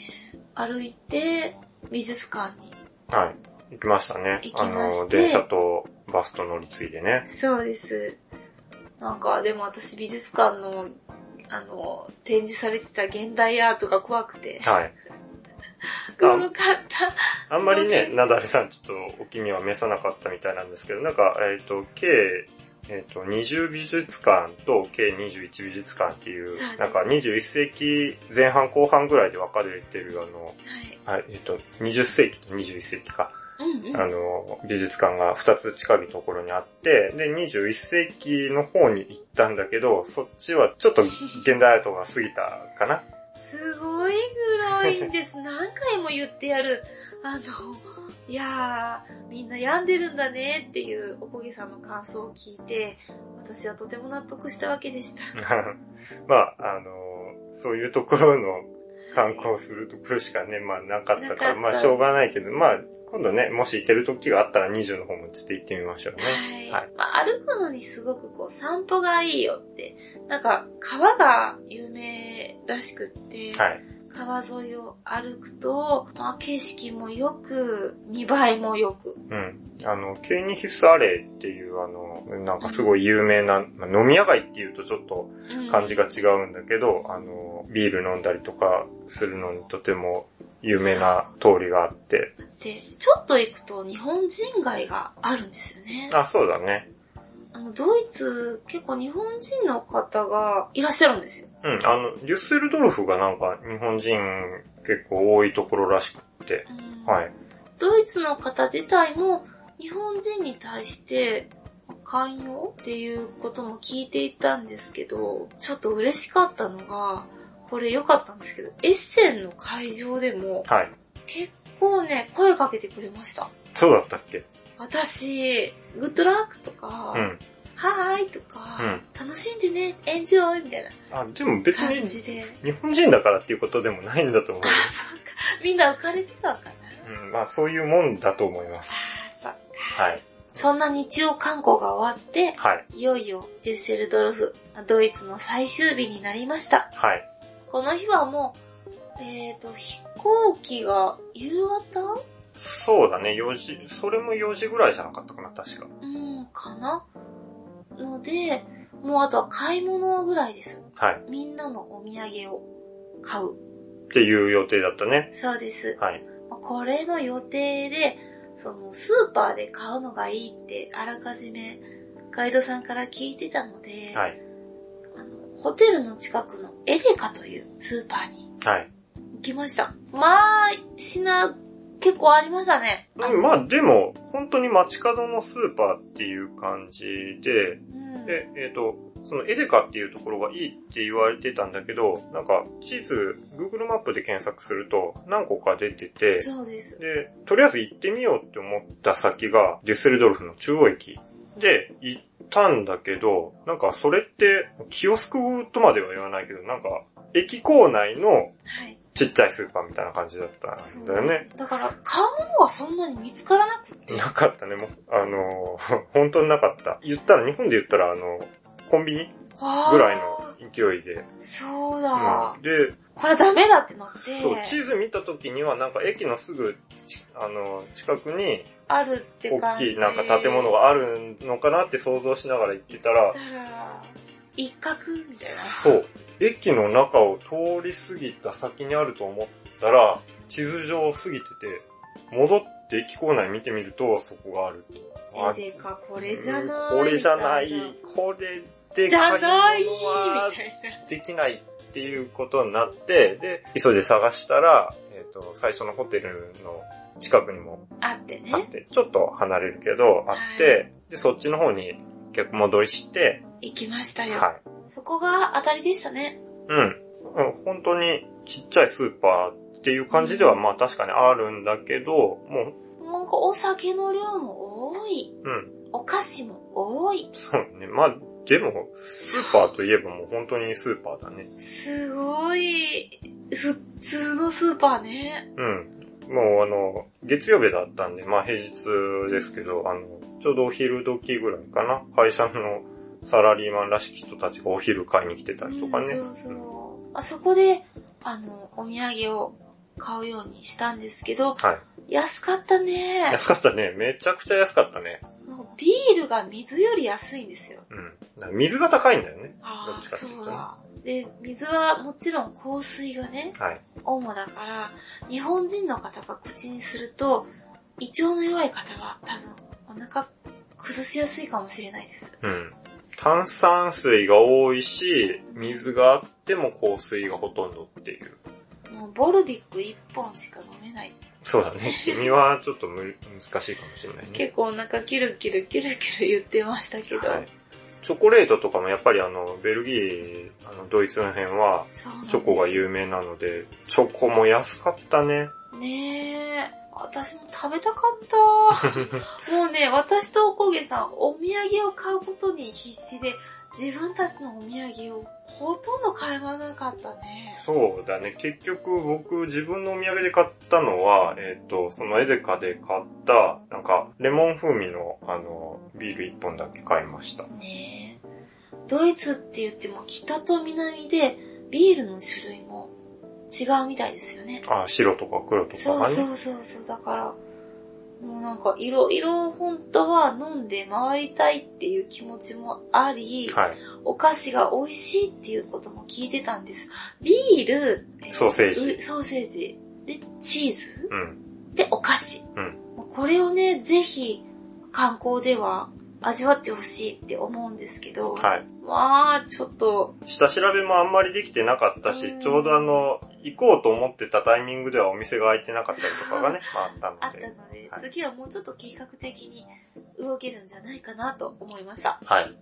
Speaker 1: 歩いて、美術館に。
Speaker 2: はい。行きましたね。
Speaker 1: 行きまし
Speaker 2: あの、
Speaker 1: て
Speaker 2: 電車とバスと乗り継いでね。
Speaker 1: そうです。なんか、でも私美術館の、あの、展示されてた現代アートが怖くて、
Speaker 2: はい。
Speaker 1: 怖かった。
Speaker 2: あんまりね、なだれさんちょっとお気には召さなかったみたいなんですけど、なんか、えっ、と、計、えっ、と、20美術館と計21美術館っていう
Speaker 1: そうです、
Speaker 2: なんか21世紀前半後半ぐらいで分かれてるあの、
Speaker 1: はい。
Speaker 2: はい、えっと、20世紀と21世紀か。
Speaker 1: うんうん。
Speaker 2: あの、美術館が2つ近いところにあって、で、21世紀の方に行ったんだけど、そっちはちょっと現代アートが過ぎたかな。
Speaker 1: すごい黒いんです。何回も言ってやる。あの、いやー、みんな病んでるんだねっていうおこげさんの感想を聞いて、私はとても納得したわけでした。
Speaker 2: まあ、あの、そういうところの観光するところしかね、まあなかった
Speaker 1: な
Speaker 2: か、
Speaker 1: からった
Speaker 2: まあしょうがないけど、まあ、今度ね、もし行ける時があったら20の方もちょっと行ってみましょうね。
Speaker 1: はい。
Speaker 2: はい
Speaker 1: まあ、歩くのにすごくこう散歩がいいよって、なんか川が有名らしくって、
Speaker 2: はい。
Speaker 1: 川沿いを歩くと、まあ、景色も良く、見栄えも良く。
Speaker 2: うん。あの、ケイニヒスアレイっていう、あの、なんかすごい有名な、まあ飲み屋街っていうとちょっと
Speaker 1: うん
Speaker 2: 感じが違うんだけど、あの、ビール飲んだりとかするのにとても有名な通りがあって。
Speaker 1: で、ちょっと行くと日本人街があるんですよね。
Speaker 2: あ、そうだね。
Speaker 1: あの、ドイツ、結構日本人の方がいらっしゃるんですよ。
Speaker 2: うん、あの、デュッセルドルフがなんか日本人結構多いところらしくって。
Speaker 1: うん
Speaker 2: はい。
Speaker 1: ドイツの方自体も日本人に対して寛容っていうことも聞いていたんですけど、ちょっと嬉しかったのが、これ良かったんですけど、エッセンの会場でも
Speaker 2: はい。
Speaker 1: 結構ね、声かけてくれました。
Speaker 2: そうだったっけ
Speaker 1: 私、グッドラックとか、
Speaker 2: うん。
Speaker 1: はーいと
Speaker 2: う
Speaker 1: か、
Speaker 2: ん。
Speaker 1: 楽しんでね、エンジョイみたいな
Speaker 2: あ、でも別
Speaker 1: 感
Speaker 2: に
Speaker 1: じで。
Speaker 2: 日本人だからっていうことでもないんだと思う
Speaker 1: あ、。そっか。みんな浮かれてたのかな。
Speaker 2: うん、まあそういうもんだと思います。
Speaker 1: あ、そっか。
Speaker 2: はい。
Speaker 1: そんな日曜観光が終わって、
Speaker 2: はい。
Speaker 1: いよいよデュッセルドルフ、ドイツの最終日になりました。
Speaker 2: はい。
Speaker 1: この日はもう、えーと、飛行機が夕方
Speaker 2: そうだね、4時、それも4時ぐらいじゃなかったかな、確か。
Speaker 1: うん、かなので、もうあとは買い物ぐらいです。
Speaker 2: はい。
Speaker 1: みんなのお土産を買う。
Speaker 2: っていう予定だったね。
Speaker 1: そうです。
Speaker 2: はい。
Speaker 1: これの予定で、そのスーパーで買うのがいいってあらかじめガイドさんから聞いてたので、
Speaker 2: はい。
Speaker 1: あのホテルの近くのエデカというスーパーに
Speaker 2: はい。
Speaker 1: 行きました。まあ、品、結構ありましたね。あ
Speaker 2: うんまあでも、本当に街角のスーパーっていう感じで、
Speaker 1: うん
Speaker 2: で、えっ、と、そのエデカっていうところがいいって言われてたんだけど、なんか地図、Google マップで検索すると何個か出てて、
Speaker 1: そうです。
Speaker 2: で、とりあえず行ってみようって思った先がデュッセルドルフの中央駅で行ったんだけど、なんかそれってキオスクとまでは言わないけど、なんか駅構内の
Speaker 1: はい。
Speaker 2: ちっちゃいスーパーみたいな感じだった
Speaker 1: そ
Speaker 2: ん
Speaker 1: う
Speaker 2: だよね。
Speaker 1: だから、買うものがそんなに見つからなくて。
Speaker 2: なかったね、もう、あの ー本当になかった。言ったら、日本で言ったら、あの、コンビニ
Speaker 1: あー
Speaker 2: ぐらいの勢いで。
Speaker 1: そうだ、
Speaker 2: うんで、
Speaker 1: これダメだってなって、
Speaker 2: そう、地図見た時には、なんか駅のすぐ、ちあの、近くに、
Speaker 1: あるって
Speaker 2: 大
Speaker 1: 感じ。
Speaker 2: きいなんか建物があるのかなって想像しながら行ってた
Speaker 1: だ、
Speaker 2: ら
Speaker 1: から、一角みたいな。
Speaker 2: そう、駅の中を通り過ぎた先にあると思ったら、地図上を過ぎてて、戻って駅構内見てみると、そこがあるって。あ
Speaker 1: え、でか、これじゃない。
Speaker 2: これじゃない
Speaker 1: みたい、
Speaker 2: これで
Speaker 1: じゃ
Speaker 2: 買い物
Speaker 1: ないみ
Speaker 2: は
Speaker 1: たいな。
Speaker 2: できないっていうことになって、で、急いで探したら、えっ、と、最初のホテルの近くにも
Speaker 1: あって
Speaker 2: あっ
Speaker 1: ね、
Speaker 2: て、ちょっと離れるけど、あって、で、そっちの方に逆戻りして、
Speaker 1: 行きましたよ。
Speaker 2: はい。
Speaker 1: そこが当たりでしたね。
Speaker 2: うん。うん本当にちっちゃいスーパーっていう感じでは、まあ確かにあるんだけど、も
Speaker 1: なんかお酒の量も多い。
Speaker 2: う、うん、
Speaker 1: お菓子も多い。
Speaker 2: そうね。まあ、でも、スーパーといえばもう本当にスーパーだね。
Speaker 1: すごい、普通のスーパーね。
Speaker 2: うん。もうあの、月曜日だったんで、まあ平日ですけど、あの、ちょうどお昼時ぐらいかな。会社のサラリーマンらしき人たちがお昼買いに来てたりとか
Speaker 1: う
Speaker 2: ね。
Speaker 1: んそうそう。あそこで、あの、お土産を買うようにしたんですけど、
Speaker 2: はい。
Speaker 1: 安かったね。
Speaker 2: 安かったね。めちゃくちゃ安かったね。
Speaker 1: なんかビールが水より安いんですよ。
Speaker 2: うん。だから水が高いんだよね。ど
Speaker 1: あ
Speaker 2: っち
Speaker 1: あ、
Speaker 2: かっ
Speaker 1: そ
Speaker 2: ていう
Speaker 1: う
Speaker 2: とね
Speaker 1: だ。で、水はもちろん香水がね、
Speaker 2: はい。
Speaker 1: 主だから、日本人の方が口にすると、胃腸の弱い方は多分お腹崩しやすいかもしれないです。
Speaker 2: うん。炭酸水が多いし、水があっても香水がほとんどっていう。
Speaker 1: もうボルビック1本しか飲めない。
Speaker 2: そうだね。 君はちょっとむ難しいかもしれないね。
Speaker 1: 結構お腹キュルキュルキュルキュル言ってましたけど。
Speaker 2: はい、チョコレートとかもやっぱりあの、ベルギー、あの、ドイツの辺は、
Speaker 1: そうなんです
Speaker 2: チョコが有名なので、チョコも安かったね。
Speaker 1: ねえ、私も食べたかった。もうね、私とおこげさん、お土産を買うことに必死で、自分たちのお土産をほとんど買わなかったね。
Speaker 2: そうだね。結局僕自分のお土産で買ったのは、えっ、と、そのエデカで買った、なんか、レモン風味の、あの、ビール1本だけ買いました。
Speaker 1: ねえ、ドイツって言っても北と南でビールの種類も違うみたいですよね。
Speaker 2: あ、白とか黒とか
Speaker 1: そう
Speaker 2: がね。
Speaker 1: そうそうそう、だから、もうなんかいろいろ本当は飲んで回りたいっていう気持ちもあり、
Speaker 2: はい。
Speaker 1: お菓子が美味しいっていうことも聞いてたんです。ビール、え
Speaker 2: ソーセージ
Speaker 1: うソーセージ、で、チーズ、
Speaker 2: うん。
Speaker 1: で、お菓子。
Speaker 2: うん。
Speaker 1: もうこれをね、ぜひ観光では味わってほしいって思うんですけど、
Speaker 2: はい。
Speaker 1: まあ、ちょっと、
Speaker 2: 下調べもあんまりできてなかったし
Speaker 1: うん、
Speaker 2: ちょうどあの、行こうと思ってたタイミングではお店が開いてなかったりとかがね、まああ
Speaker 1: あ
Speaker 2: った
Speaker 1: っ
Speaker 2: ので。
Speaker 1: たので、
Speaker 2: はい
Speaker 1: 次はもうちょっと計画的に動けるんじゃないかなと思いました。
Speaker 2: はい。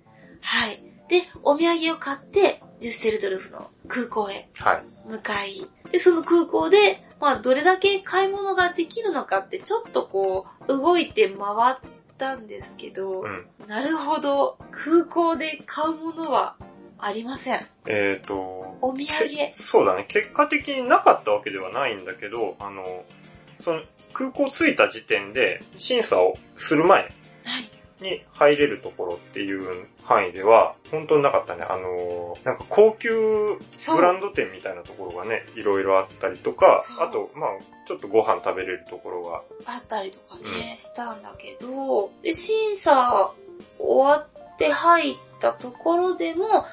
Speaker 1: はい。で、お土産を買って、デュッセルドルフの空港へ
Speaker 2: はい。
Speaker 1: 向かい、で、その空港で、まあ、どれだけ買い物ができるのかって、ちょっとこう、動いて回ったんですけど、
Speaker 2: うん。
Speaker 1: なるほど、空港で買うものはありません。
Speaker 2: えーと、
Speaker 1: お土産。
Speaker 2: そうだね。結果的になかったわけではないんだけど、あの、その、空港着いた時点で、審査をする前
Speaker 1: はい。
Speaker 2: に入れるところっていう範囲では、本当になかったね。あの、なんか高級
Speaker 1: そう。
Speaker 2: ブランド店みたいなところがね、いろいろあったりとか
Speaker 1: そ、う
Speaker 2: あと、まあちょっとご飯食べれるところが、
Speaker 1: あったりとかね、したんだけど、で、審査終わって入ったところでも、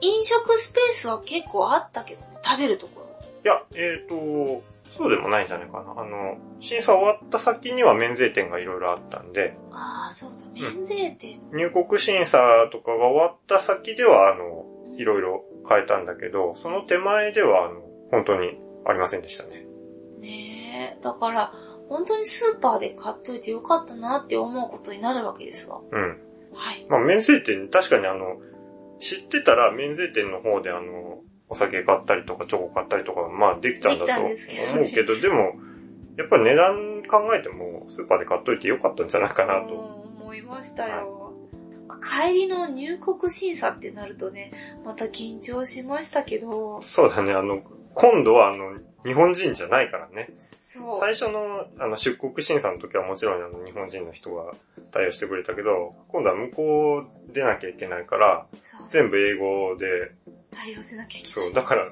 Speaker 1: 飲食スペースは結構あったけどね、食べるところ。
Speaker 2: いや、えーと、そうでもないんじゃないかな。あの、審査終わった先には免税店がいろいろあったんで、
Speaker 1: ああ、そうだ、免税店。
Speaker 2: 入国審査とかが終わった先では、あの、いろいろ変えたんだけど、その手前では、あの、本当にありませんでしたね。
Speaker 1: ねえ、だから、本当にスーパーで買っといてよかったなって思うことになるわけですわ。
Speaker 2: うん。
Speaker 1: はい。
Speaker 2: まあ、免税店、確かにあの、知ってたら免税店の方であの、お酒買ったりとかチョコ買ったりとか、まあできたんだ
Speaker 1: でき
Speaker 2: と
Speaker 1: たん
Speaker 2: 思う
Speaker 1: ですけどね
Speaker 2: けど、でも、やっぱ値段考えてもスーパーで買っといてよかったんじゃないかなと。
Speaker 1: 思いましたよ。まあ帰りの入国審査ってなるとね、また緊張しましたけど、
Speaker 2: そうだね、あの、今度はあの、日本人じゃないからね。
Speaker 1: そう。
Speaker 2: 最初のあの出国審査の時はもちろんあの日本人の人が対応してくれたけど、今度は向こう出なきゃいけないから、
Speaker 1: そう
Speaker 2: 全部英語で、
Speaker 1: 対応しなきゃいけな
Speaker 2: そ
Speaker 1: い。
Speaker 2: う、だから、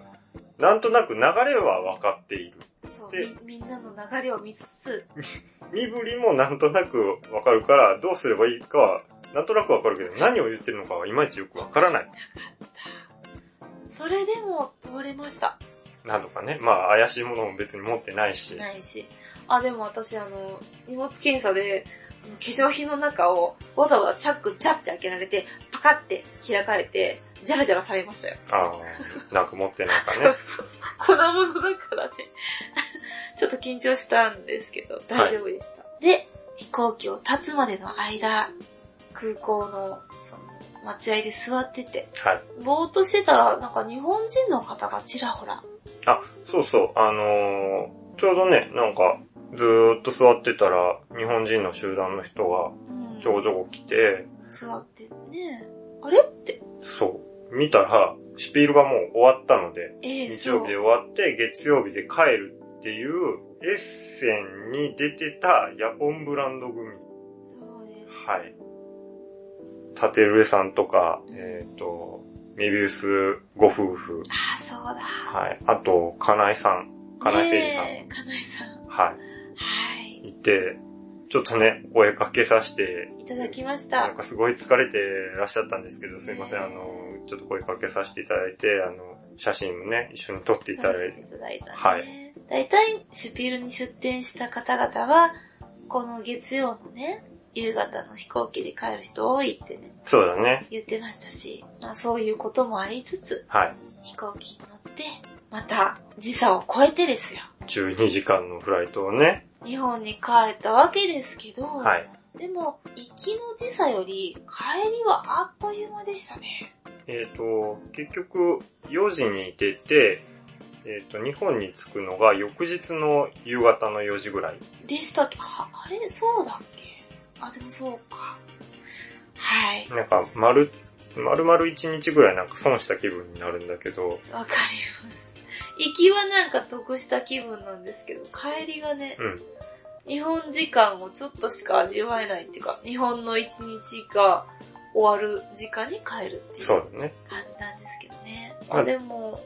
Speaker 2: なんとなく流れは分かっている。
Speaker 1: そう
Speaker 2: で
Speaker 1: み、みんなの流れを見つつ、
Speaker 2: 身振りもなんとなく分かるから、どうすればいいかは、なんとなく分かるけど、何を言ってるのかはいまいちよく分からない。
Speaker 1: それでも通れました。
Speaker 2: なとかね、まあ怪しいものも別に持ってないし、
Speaker 1: ないし。あ、でも私あの、荷物検査で、あの化粧品の中をわざわざチャックジャって開けられて、パカって開かれて、ジャラジャラされま したよ。
Speaker 2: ああ、なんか持ってないかね。
Speaker 1: 粉物だからね。 ちょっと緊張したんですけど、大丈夫でした。で、飛行機を立つまでの間、空港の、その、待合で座ってて、
Speaker 2: はい。
Speaker 1: ぼーっとしてたら、なんか日本人の方がちらほら。
Speaker 2: あ、そうそう、あのー、ちょうどね、なんか、ずーっと座ってたら、日本人の集団の人が
Speaker 1: うん
Speaker 2: ちょこちょこ来て、
Speaker 1: 座ってね。あれって。
Speaker 2: そう、見たら、シピールがもう終わったので、
Speaker 1: ええ
Speaker 2: 日
Speaker 1: そう
Speaker 2: 曜日で終わって、月曜日で帰るっていう、エッセンに出てたヤコンブランド組。
Speaker 1: そうです。
Speaker 2: はい。タテルエさんとか、えっ、と、メビウスご夫婦。
Speaker 1: ああ、そうだ。
Speaker 2: はい。あと、カナエさん。カナエセイジさん。
Speaker 1: ねえかなえさん。
Speaker 2: は
Speaker 1: はい。
Speaker 2: い。いて、ちょっとね、お声かけさせて、
Speaker 1: いただきまし
Speaker 2: なん
Speaker 1: た。
Speaker 2: かすごい疲れてらっしゃったんですけど、すいません、あの、ちょっと声かけさせていただいて、あの、写真もね、一緒に撮っていただいて、
Speaker 1: いただいたね。
Speaker 2: は
Speaker 1: 大体、シュピールに出店した方々は、この月曜のね、夕方の飛行機で帰る人多いってね、
Speaker 2: そうだね。
Speaker 1: 言ってましたし、まあそういうこともありつつ、
Speaker 2: はい。
Speaker 1: 飛行機に乗って、また時差を超えてですよ。
Speaker 2: 12時間のフライトをね。
Speaker 1: 日本に帰ったわけですけど、
Speaker 2: はい。
Speaker 1: でも、行きの時差より帰りはあっという間でしたね。
Speaker 2: えっ、と、結局、4時に出て、えっ、と、日本に着くのが翌日の夕方の4時ぐらい。
Speaker 1: でしたっけあ、あれそうだっけあ、でもそうか。はい。
Speaker 2: なんか、丸、丸々1日ぐらいなんか損した気分になるんだけど、
Speaker 1: わかります。行きはなんか得した気分なんですけど、帰りがね、
Speaker 2: うん。
Speaker 1: 日本時間をちょっとしか味わえないっていうか、日本の一日が終わる時間に帰るっていう
Speaker 2: そ
Speaker 1: 感
Speaker 2: うだね。
Speaker 1: じなんですけどね。
Speaker 2: はい
Speaker 1: あ、でも、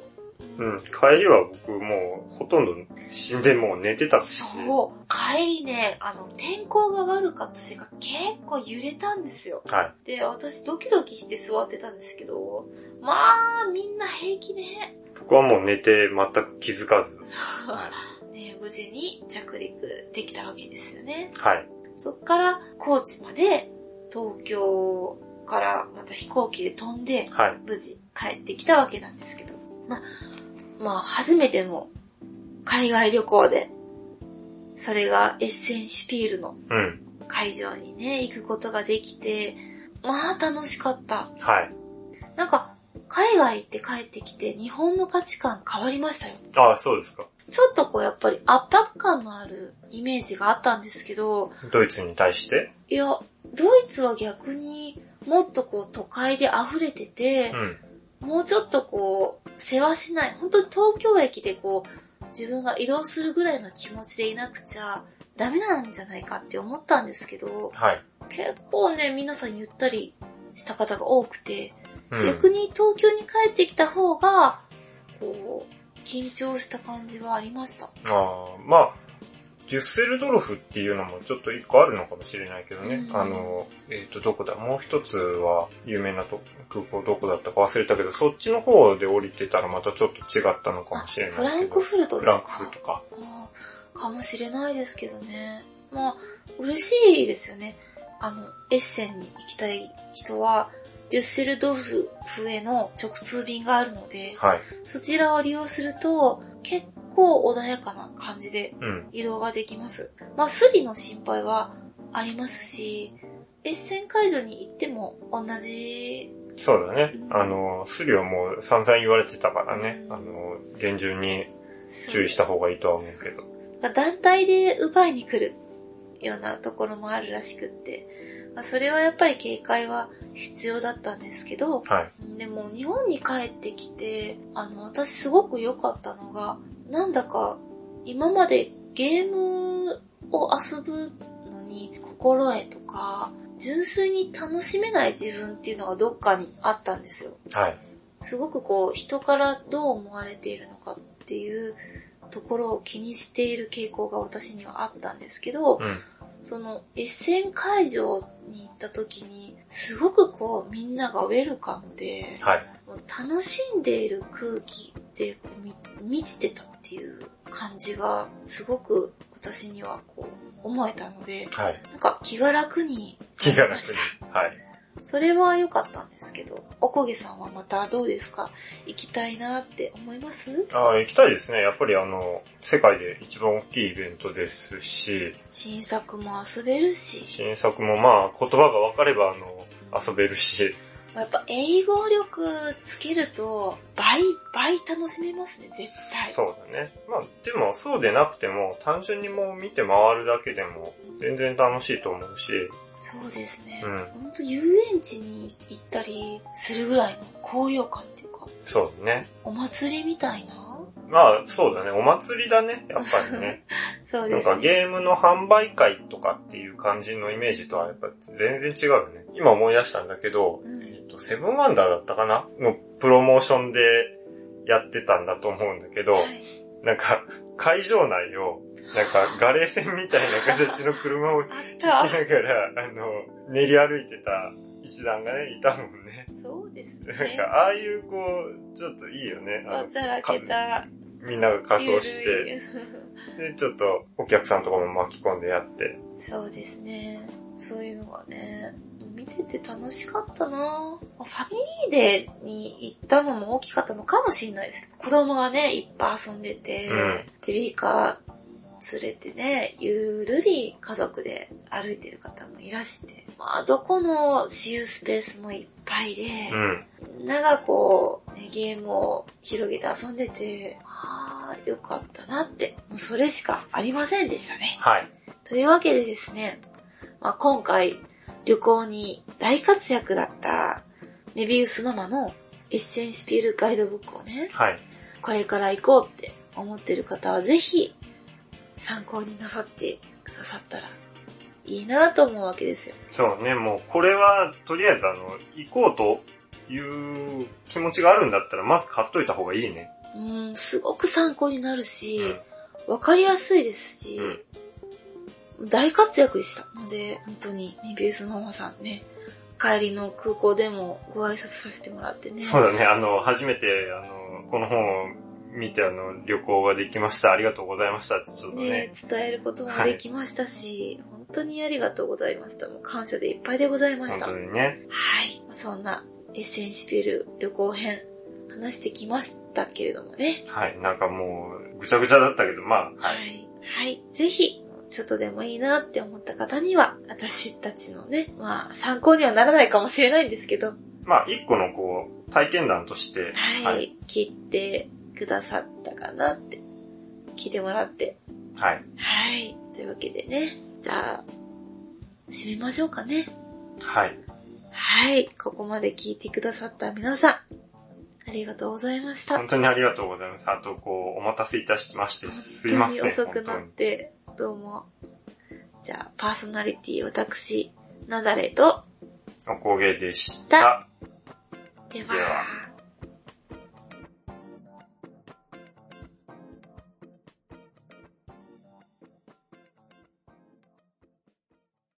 Speaker 2: うん。帰りは僕もうほとんど死んでもう寝てたし。
Speaker 1: そう、帰りね、あの、天候が悪かったせいか結構揺れたんですよ。
Speaker 2: はい。
Speaker 1: で、私ドキドキして座ってたんですけど、まあ、みんな平気ね。
Speaker 2: 僕はもう寝て全く気づかず。はい。
Speaker 1: ね無事に着陸できたわけですよね。
Speaker 2: はい。
Speaker 1: そっから高知まで、東京からまた飛行機で飛んで、
Speaker 2: はい。
Speaker 1: 無事帰ってきたわけなんですけど。まあ、まあ、初めての海外旅行で、それがエッセンシュピールの
Speaker 2: うん。
Speaker 1: 会場にね、行くことができて、まあ楽しかった。
Speaker 2: はい。
Speaker 1: なんか、海外行って帰ってきて日本の価値観変わりましたよ。
Speaker 2: ああ、そうですか。
Speaker 1: ちょっとこうやっぱり圧迫感のあるイメージがあったんですけど、
Speaker 2: ドイツに対して
Speaker 1: いや、ドイツは逆にもっとこう都会で溢れてて
Speaker 2: う、ん。
Speaker 1: もうちょっとこう、世話しない、本当に東京駅でこう、自分が移動するぐらいの気持ちでいなくちゃダメなんじゃないかって思ったんですけど、
Speaker 2: はい。
Speaker 1: 結構ね、皆さんゆったりした方が多くて、
Speaker 2: うん、
Speaker 1: 逆に東京に帰ってきた方が、こう、緊張した感じはありました。
Speaker 2: ああ、まあ、デュッセルドルフっていうのもちょっと一個あるのかもしれないけどね。
Speaker 1: うん
Speaker 2: あの、えっ、と、どこだもう一つは有名なと空港どこだったか忘れたけど、そっちの方で降りてたらまたちょっと違ったのか
Speaker 1: あ、
Speaker 2: もしれないけ
Speaker 1: フ
Speaker 2: ど。
Speaker 1: ランクフルト
Speaker 2: フ
Speaker 1: で
Speaker 2: ラン
Speaker 1: す
Speaker 2: クフ
Speaker 1: か
Speaker 2: ルトか。
Speaker 1: あーかもしれないですけどね。まあ、嬉しいですよね。あの、エッセンに行きたい人は、デュッセルドルフへの直通便があるので、
Speaker 2: はい。
Speaker 1: そちらを利用すると、結構穏やかな感じで
Speaker 2: うん。
Speaker 1: 移動ができます。まあ、スリの心配はありますし、越線会場に行っても同じ
Speaker 2: そうだね。あの、スリはもう散々言われてたからね。あの、厳重に注意した方がいいとは思うけど。
Speaker 1: なんか団体で奪いに来るようなところもあるらしくって、まあ、それはやっぱり警戒は必要だったんですけど、
Speaker 2: はい。
Speaker 1: でも日本に帰ってきて、あの、私すごく良かったのが、なんだか今までゲームを遊ぶのに心得とか、純粋に楽しめない自分っていうのがどっかにあったんですよ。
Speaker 2: はい。
Speaker 1: すごくこう人からどう思われているのかっていうところを気にしている傾向が私にはあったんですけど、
Speaker 2: うん。
Speaker 1: そのエッセン会場に行った時に、すごくこうみんながウェルカムで、
Speaker 2: はい。
Speaker 1: もう楽しんでいる空気でこうみ満ちてたっていう感じがすごく私にはこう思えたので、
Speaker 2: はい。
Speaker 1: なんか気が楽にな
Speaker 2: 気が
Speaker 1: りま
Speaker 2: 楽
Speaker 1: した
Speaker 2: に。はい。
Speaker 1: それは良かったんですけど、おこげさんはまたどうですか行きたいなって思います
Speaker 2: ああ、行きたいですね。やっぱりあの、世界で一番大きいイベントですし、
Speaker 1: 新作も遊べるし、
Speaker 2: 新作もまあ、言葉が分かればあの、遊べるし、
Speaker 1: やっぱ英語力つけると倍、倍楽しめますね、絶対。
Speaker 2: そうだね。まあ、でもそうでなくても、単純にもう見て回るだけでも、全然楽しいと思うし、
Speaker 1: そうですね。
Speaker 2: うん
Speaker 1: ほんと遊園地に行ったりするぐらいの高揚感っていうか、
Speaker 2: そうだね。
Speaker 1: お祭りみたいな
Speaker 2: まあ、そうだね。お祭りだね。やっぱりね。
Speaker 1: そう
Speaker 2: な
Speaker 1: で
Speaker 2: ん
Speaker 1: す
Speaker 2: か
Speaker 1: ね。
Speaker 2: ゲームの販売会とかっていう感じのイメージとはやっぱ全然違うよね。今思い出したんだけど、
Speaker 1: うん
Speaker 2: えっと、セブンワンダーだったかなのプロモーションでやってたんだと思うんだ けど、
Speaker 1: はい
Speaker 2: なんか会場内を、なんかガレー船みたいな形の車を引
Speaker 1: あっ
Speaker 2: きなが
Speaker 1: た。
Speaker 2: ら、あの、練り歩いてた一団がね、いたもんね。
Speaker 1: そうです
Speaker 2: なん
Speaker 1: ね
Speaker 2: か。ああいうこう、ちょっといいよね。あ
Speaker 1: わ
Speaker 2: の
Speaker 1: ざらけた。
Speaker 2: みんなが仮装して、
Speaker 1: ゆるい
Speaker 2: で、ちょっとお客さんとかも巻き込んでやって。
Speaker 1: そうですね。そういうのがね、見てて楽しかったなぁファミリーデーに行ったのも大きかったのかもしれないですけど、子供がね、いっぱい遊んでて、
Speaker 2: うん
Speaker 1: ベビーカー連れてね、ゆるり家族で歩いてる方もいらして、まあ、どこの私有スペースもいっぱいで、
Speaker 2: うん。
Speaker 1: みんながこう、ね、ゲームを広げて遊んでて、あー、よかったなって、もうそれしかありませんでしたね。
Speaker 2: はい。
Speaker 1: というわけでですね、まあ、今回旅行に大活躍だったメビウスママのエッセンシピールガイドブックをね、
Speaker 2: はい。
Speaker 1: これから行こうって思ってる方はぜひ参考になさってくださったらいいなと思うわけですよ。
Speaker 2: そうね、もうこれは、とりあえずあの、行こうという気持ちがあるんだったら、まず買っといた方がいいね。
Speaker 1: うーん、すごく参考になる
Speaker 2: う
Speaker 1: し、
Speaker 2: ん。
Speaker 1: わかりやすいですし、
Speaker 2: うん。
Speaker 1: 大活躍でしたので、本当にメビウスママさんね、帰りの空港でもご挨拶させてもらってね。
Speaker 2: そうだね、あの、初めて、あの、この本を見て、あの、旅行ができました。ありがとうございましたって、ちょっと
Speaker 1: ね
Speaker 2: ね。、
Speaker 1: 伝えることもできましたし、本当にありがとうございました。もう感謝でいっぱいでございまし
Speaker 2: 本
Speaker 1: た。
Speaker 2: 当
Speaker 1: はい。
Speaker 2: にね。
Speaker 1: そんなエッセンシピル旅行編、話してきましたけれどもね。
Speaker 2: はい。なんかもう、ぐちゃぐちゃだったけど、まあ、はい。
Speaker 1: い。はい。ぜひ、ちょっとでもいいなって思った方には、私たちのね、まあ、参考にはならないかもしれないんですけど、は
Speaker 2: まあ、一個のこう、体験談として、
Speaker 1: い。
Speaker 2: はい。
Speaker 1: 聞いてくださったかなって、聞いてもらって。
Speaker 2: はい。
Speaker 1: はい。というわけでね、じゃあ、締めましょうかね。
Speaker 2: はい。
Speaker 1: はい。ここまで聞いてくださった皆さん、ありがとうございました。
Speaker 2: 本当にありがとうございます。あと、こう、お待たせいたしまして、すい
Speaker 1: 本
Speaker 2: ま
Speaker 1: 当
Speaker 2: せ
Speaker 1: に
Speaker 2: ん。
Speaker 1: 遅く
Speaker 2: 本当
Speaker 1: なっ
Speaker 2: に
Speaker 1: て、どうも。じゃあ、パーソナリティ私、なだれと、
Speaker 2: おこげでし
Speaker 1: だ
Speaker 2: た。
Speaker 1: では。
Speaker 2: では